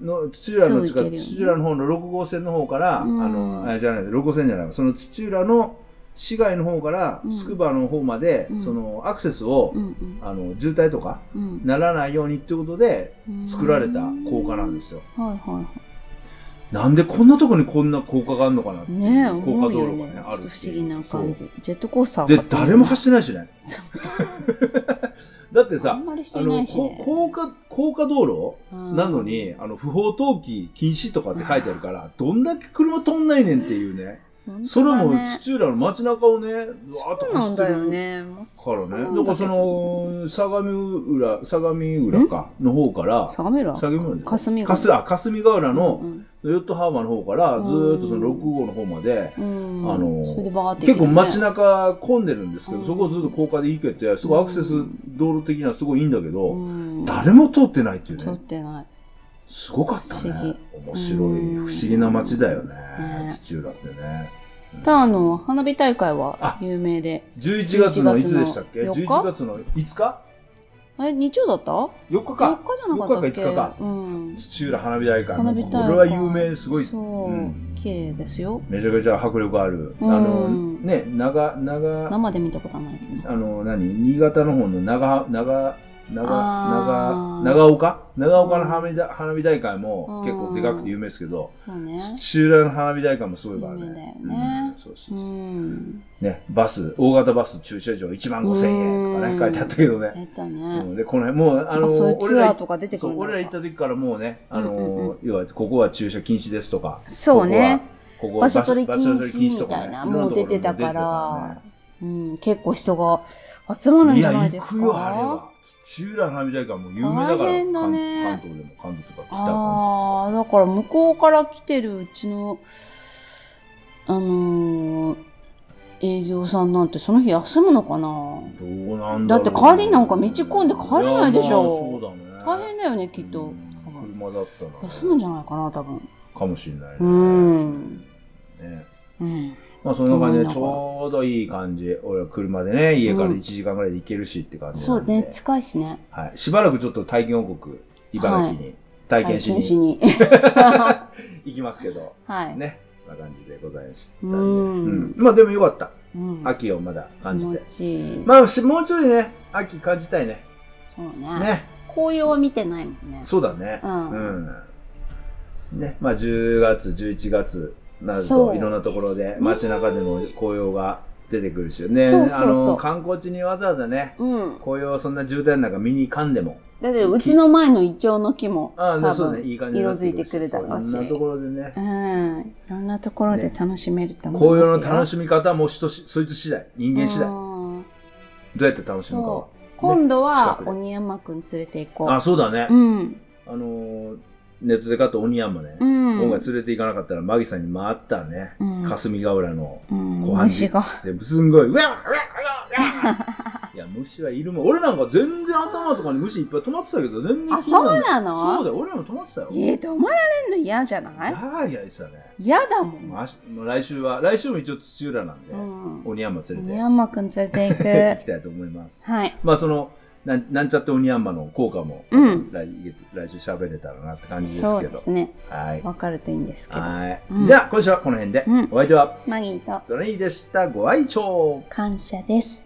Speaker 4: の土浦の
Speaker 3: すぐ行けるよね
Speaker 4: 土浦の方の6号線の方から、
Speaker 3: うん
Speaker 4: あのあじゃない6号線じゃないその土浦の市街の方から
Speaker 3: うん
Speaker 4: 筑波の方まで、
Speaker 3: うん
Speaker 4: そのアクセスを、
Speaker 3: うんうん
Speaker 4: あの渋滞とか
Speaker 3: うん
Speaker 4: ならないようにっていうことで
Speaker 3: うん
Speaker 4: 作られた高架なんですよ。
Speaker 3: はいはいはい。
Speaker 4: なんでこんなとこにこんな高架があるのかなっていう
Speaker 3: ねえ、
Speaker 4: 高
Speaker 3: 思
Speaker 4: 架
Speaker 3: う
Speaker 4: 道
Speaker 3: よ
Speaker 4: 路が
Speaker 3: ね
Speaker 4: ね。あ
Speaker 3: ちょ
Speaker 4: る
Speaker 3: っと
Speaker 4: っていう
Speaker 3: 不思議な感じ。ジェットコースター
Speaker 4: で
Speaker 3: かと思う
Speaker 4: 誰も走ってないし ね
Speaker 3: そう
Speaker 4: だって
Speaker 3: あ
Speaker 4: さ
Speaker 3: んまり人
Speaker 4: あ
Speaker 3: いな
Speaker 4: の
Speaker 3: いしね
Speaker 4: こ。高架高架道路
Speaker 3: うん
Speaker 4: なのに、あの、不法投棄禁止とかって書いてあるから、どんだけ車飛んないねんっていうね。
Speaker 3: 本当だね
Speaker 4: それも土浦の街中をね、わーっと
Speaker 3: そうな
Speaker 4: 走
Speaker 3: ん
Speaker 4: って
Speaker 3: だよ
Speaker 4: る
Speaker 3: ね。もそう
Speaker 4: から
Speaker 3: なんだけ
Speaker 4: ね。
Speaker 3: ど
Speaker 4: だからその、相模浦、相模浦か、の方から
Speaker 3: う、相模浦
Speaker 4: 相模浦でしょ
Speaker 3: 霞ヶ
Speaker 4: かす
Speaker 3: 浦
Speaker 4: あ霞ヶ浦
Speaker 3: う
Speaker 4: の
Speaker 3: ん
Speaker 4: ヨットハーバーの方から、ずーっとその6号の方まで、
Speaker 3: うん、
Speaker 4: あのー
Speaker 3: それでバーって行
Speaker 4: 結
Speaker 3: ける
Speaker 4: 構
Speaker 3: ね
Speaker 4: 街中混んでるんですけ
Speaker 3: う
Speaker 4: ど、
Speaker 3: ん
Speaker 4: そこをずっと高架で行けて、すごいアクセス道路的にはすごいいいんだけど、
Speaker 3: うん
Speaker 4: 誰も通ってないっていうね
Speaker 3: 通。ってない。
Speaker 4: すごかった
Speaker 3: 不思
Speaker 4: ね
Speaker 3: 議。
Speaker 4: 面白い、
Speaker 3: うん
Speaker 4: 不思議な街だよ
Speaker 3: ね
Speaker 4: ね。土浦ってね。うん
Speaker 3: ただあの、花火大会は
Speaker 4: あ
Speaker 3: 有名で。
Speaker 4: 11月のいつ
Speaker 3: 11
Speaker 4: でしたっけ
Speaker 3: の
Speaker 4: ?11 月の5日
Speaker 3: え、日曜だった
Speaker 4: 4日
Speaker 3: 4
Speaker 4: か。
Speaker 3: 日じゃなかったっけ
Speaker 4: 4日か5日か
Speaker 3: うん。
Speaker 4: 土浦花火大会。
Speaker 3: 花火大会。
Speaker 4: これは有名ですごい。
Speaker 3: そう
Speaker 4: うん。
Speaker 3: 綺麗ですよ。
Speaker 4: めちゃくちゃ迫力ある。あ
Speaker 3: うん
Speaker 4: の、ね、長、長、
Speaker 3: 生で見たことはないけどね。
Speaker 4: あの、何新潟の方の長、長、長、
Speaker 3: あー
Speaker 4: 長、長岡長岡の花火だ花火大会も結構でかくて有名ですけど、
Speaker 3: そうね。
Speaker 4: 土浦の花火大会もすごいからね。
Speaker 3: 有名だよね
Speaker 4: うんそうそう
Speaker 3: う
Speaker 4: そう。
Speaker 3: ん。
Speaker 4: ね、バス、大型バス駐車場1万5千円とか
Speaker 3: う
Speaker 4: ね、
Speaker 3: ん
Speaker 4: 書いてあったけどね。
Speaker 3: やった
Speaker 4: う
Speaker 3: ね。
Speaker 4: ん、で、この辺、もう、あの、
Speaker 3: まあそういう
Speaker 4: 俺
Speaker 3: ツアー
Speaker 4: ら、
Speaker 3: とか出てく
Speaker 4: そ
Speaker 3: るん
Speaker 4: う、
Speaker 3: だ
Speaker 4: 俺ら行った時からもうね、あの、
Speaker 3: うんうんうん
Speaker 4: 要は、ここは駐車禁止ですとか、
Speaker 3: そうね。
Speaker 4: ここは、ここ
Speaker 3: 場所取り禁
Speaker 4: 場所取り
Speaker 3: 止
Speaker 4: 禁
Speaker 3: み
Speaker 4: とか
Speaker 3: た
Speaker 4: ね
Speaker 3: いな、
Speaker 4: いろん
Speaker 3: もう
Speaker 4: とこ
Speaker 3: 出
Speaker 4: ろ
Speaker 3: て
Speaker 4: に
Speaker 3: たか
Speaker 4: 出て
Speaker 3: ら、うん、結構人が集まるん
Speaker 4: ねい
Speaker 3: じ
Speaker 4: や、
Speaker 3: ゃない
Speaker 4: 行
Speaker 3: ですか。
Speaker 4: くよ、あれは。土浦花火大会はもう有名だから、
Speaker 3: 大変だね
Speaker 4: 関関東でも、関東とか北関東。
Speaker 3: ああ、だから向こうから来てるうちの、あのー営業さんなんてその日休むのかな
Speaker 4: どうなん
Speaker 3: だ
Speaker 4: だ
Speaker 3: って
Speaker 4: ろう
Speaker 3: 帰りなんか道混んで帰れないでしょ
Speaker 4: いやまあそうだね。
Speaker 3: 大変だよね、きっと。
Speaker 4: うん車だったら、ね。
Speaker 3: 休むんじゃないかな、多分。
Speaker 4: かもしれないね。
Speaker 3: うん
Speaker 4: ね
Speaker 3: うん。
Speaker 4: まあそんな感じ
Speaker 3: うん
Speaker 4: でちょうどいい感じ。俺は車でね、家か
Speaker 3: う
Speaker 4: ら
Speaker 3: ん
Speaker 4: 1時間ぐらいで行けるしって感じ
Speaker 3: そ
Speaker 4: な
Speaker 3: うん
Speaker 4: で。
Speaker 3: ね、近いしね。
Speaker 4: はい。しばらくちょっと体験王国、茨城に、体験し
Speaker 3: 体験し
Speaker 4: に
Speaker 3: に。
Speaker 4: 行きますけど、
Speaker 3: はい。
Speaker 4: ね。そんな感じでございました
Speaker 3: うん
Speaker 4: で。うんん。。まあでもよかった。
Speaker 3: うん
Speaker 4: 秋をまだ感じて
Speaker 3: 気。持ちいい。
Speaker 4: まあしもうちょいね、秋感じたいね。
Speaker 3: そうね。
Speaker 4: ね。
Speaker 3: 紅葉は見てないもんね。
Speaker 4: そうだね。
Speaker 3: うん
Speaker 4: うんね。まあ10月、11月になる
Speaker 3: そう
Speaker 4: と
Speaker 3: です
Speaker 4: いろんなところで街中でも紅葉が出てくるしね。
Speaker 3: そうそうそう
Speaker 4: あの観光地にわざわざね、
Speaker 3: うん。
Speaker 4: 紅葉をそんな渋滞の中見に行かんでも。
Speaker 3: だけど、うちの前のイチョウの木も、
Speaker 4: ああ、
Speaker 3: 多
Speaker 4: ね、そうね。
Speaker 3: 分、
Speaker 4: いい感じに
Speaker 3: 色
Speaker 4: なっ
Speaker 3: づいて
Speaker 4: し
Speaker 3: くるだろうし。
Speaker 4: そんなところでね
Speaker 3: う。ん。いろんなところで楽しめると思い
Speaker 4: 紅葉
Speaker 3: ま
Speaker 4: の
Speaker 3: すよ。
Speaker 4: 楽しみ方はもう人し、そいつ次第。人間次第。ど
Speaker 3: うん
Speaker 4: うやって楽しむかは
Speaker 3: そ。今度は
Speaker 4: 近、くで
Speaker 3: 鬼山くん連れて行こう。
Speaker 4: あ、そうだね
Speaker 3: う。ん。
Speaker 4: あのー、ネットで買った鬼山ね
Speaker 3: う。ん。
Speaker 4: 今回連れて行かなかったら、マギさんに回ったね
Speaker 3: うん。
Speaker 4: 霞ヶ浦の
Speaker 3: うん
Speaker 4: ご飯
Speaker 3: 虫が。
Speaker 4: で、すんごい、うわうわうわうわいや、虫はいるもん。俺なんか全然頭とかに虫いっぱい止まってたけど、全然
Speaker 3: あ、
Speaker 4: 気にな
Speaker 3: そう
Speaker 4: んない
Speaker 3: なの
Speaker 4: そうだよ、俺らも止まってたよ。
Speaker 3: えー、止まられんの嫌じゃない
Speaker 4: やーいや言ってたね。
Speaker 3: 嫌だもん。
Speaker 4: まあ、明日来週は、来週も一応土浦なんで、
Speaker 3: うん
Speaker 4: 鬼山連
Speaker 3: 鬼
Speaker 4: れ
Speaker 3: 山くん連れ
Speaker 4: て
Speaker 3: て
Speaker 4: 行きたいと思います。
Speaker 3: 行く。はい。
Speaker 4: まあ、その、なんなんちゃって鬼山の効果も、
Speaker 3: うん
Speaker 4: 来月、来週喋れたらなって感じで
Speaker 3: そ
Speaker 4: す
Speaker 3: う
Speaker 4: け
Speaker 3: で
Speaker 4: ど。
Speaker 3: すね。
Speaker 4: はい。
Speaker 3: わかるといいんですけど。
Speaker 4: はい、
Speaker 3: うん
Speaker 4: じゃあ、今週はこの辺で、
Speaker 3: うん
Speaker 4: お相手は、
Speaker 3: マギーと
Speaker 4: トレイでした。ご愛聴
Speaker 3: 感謝です。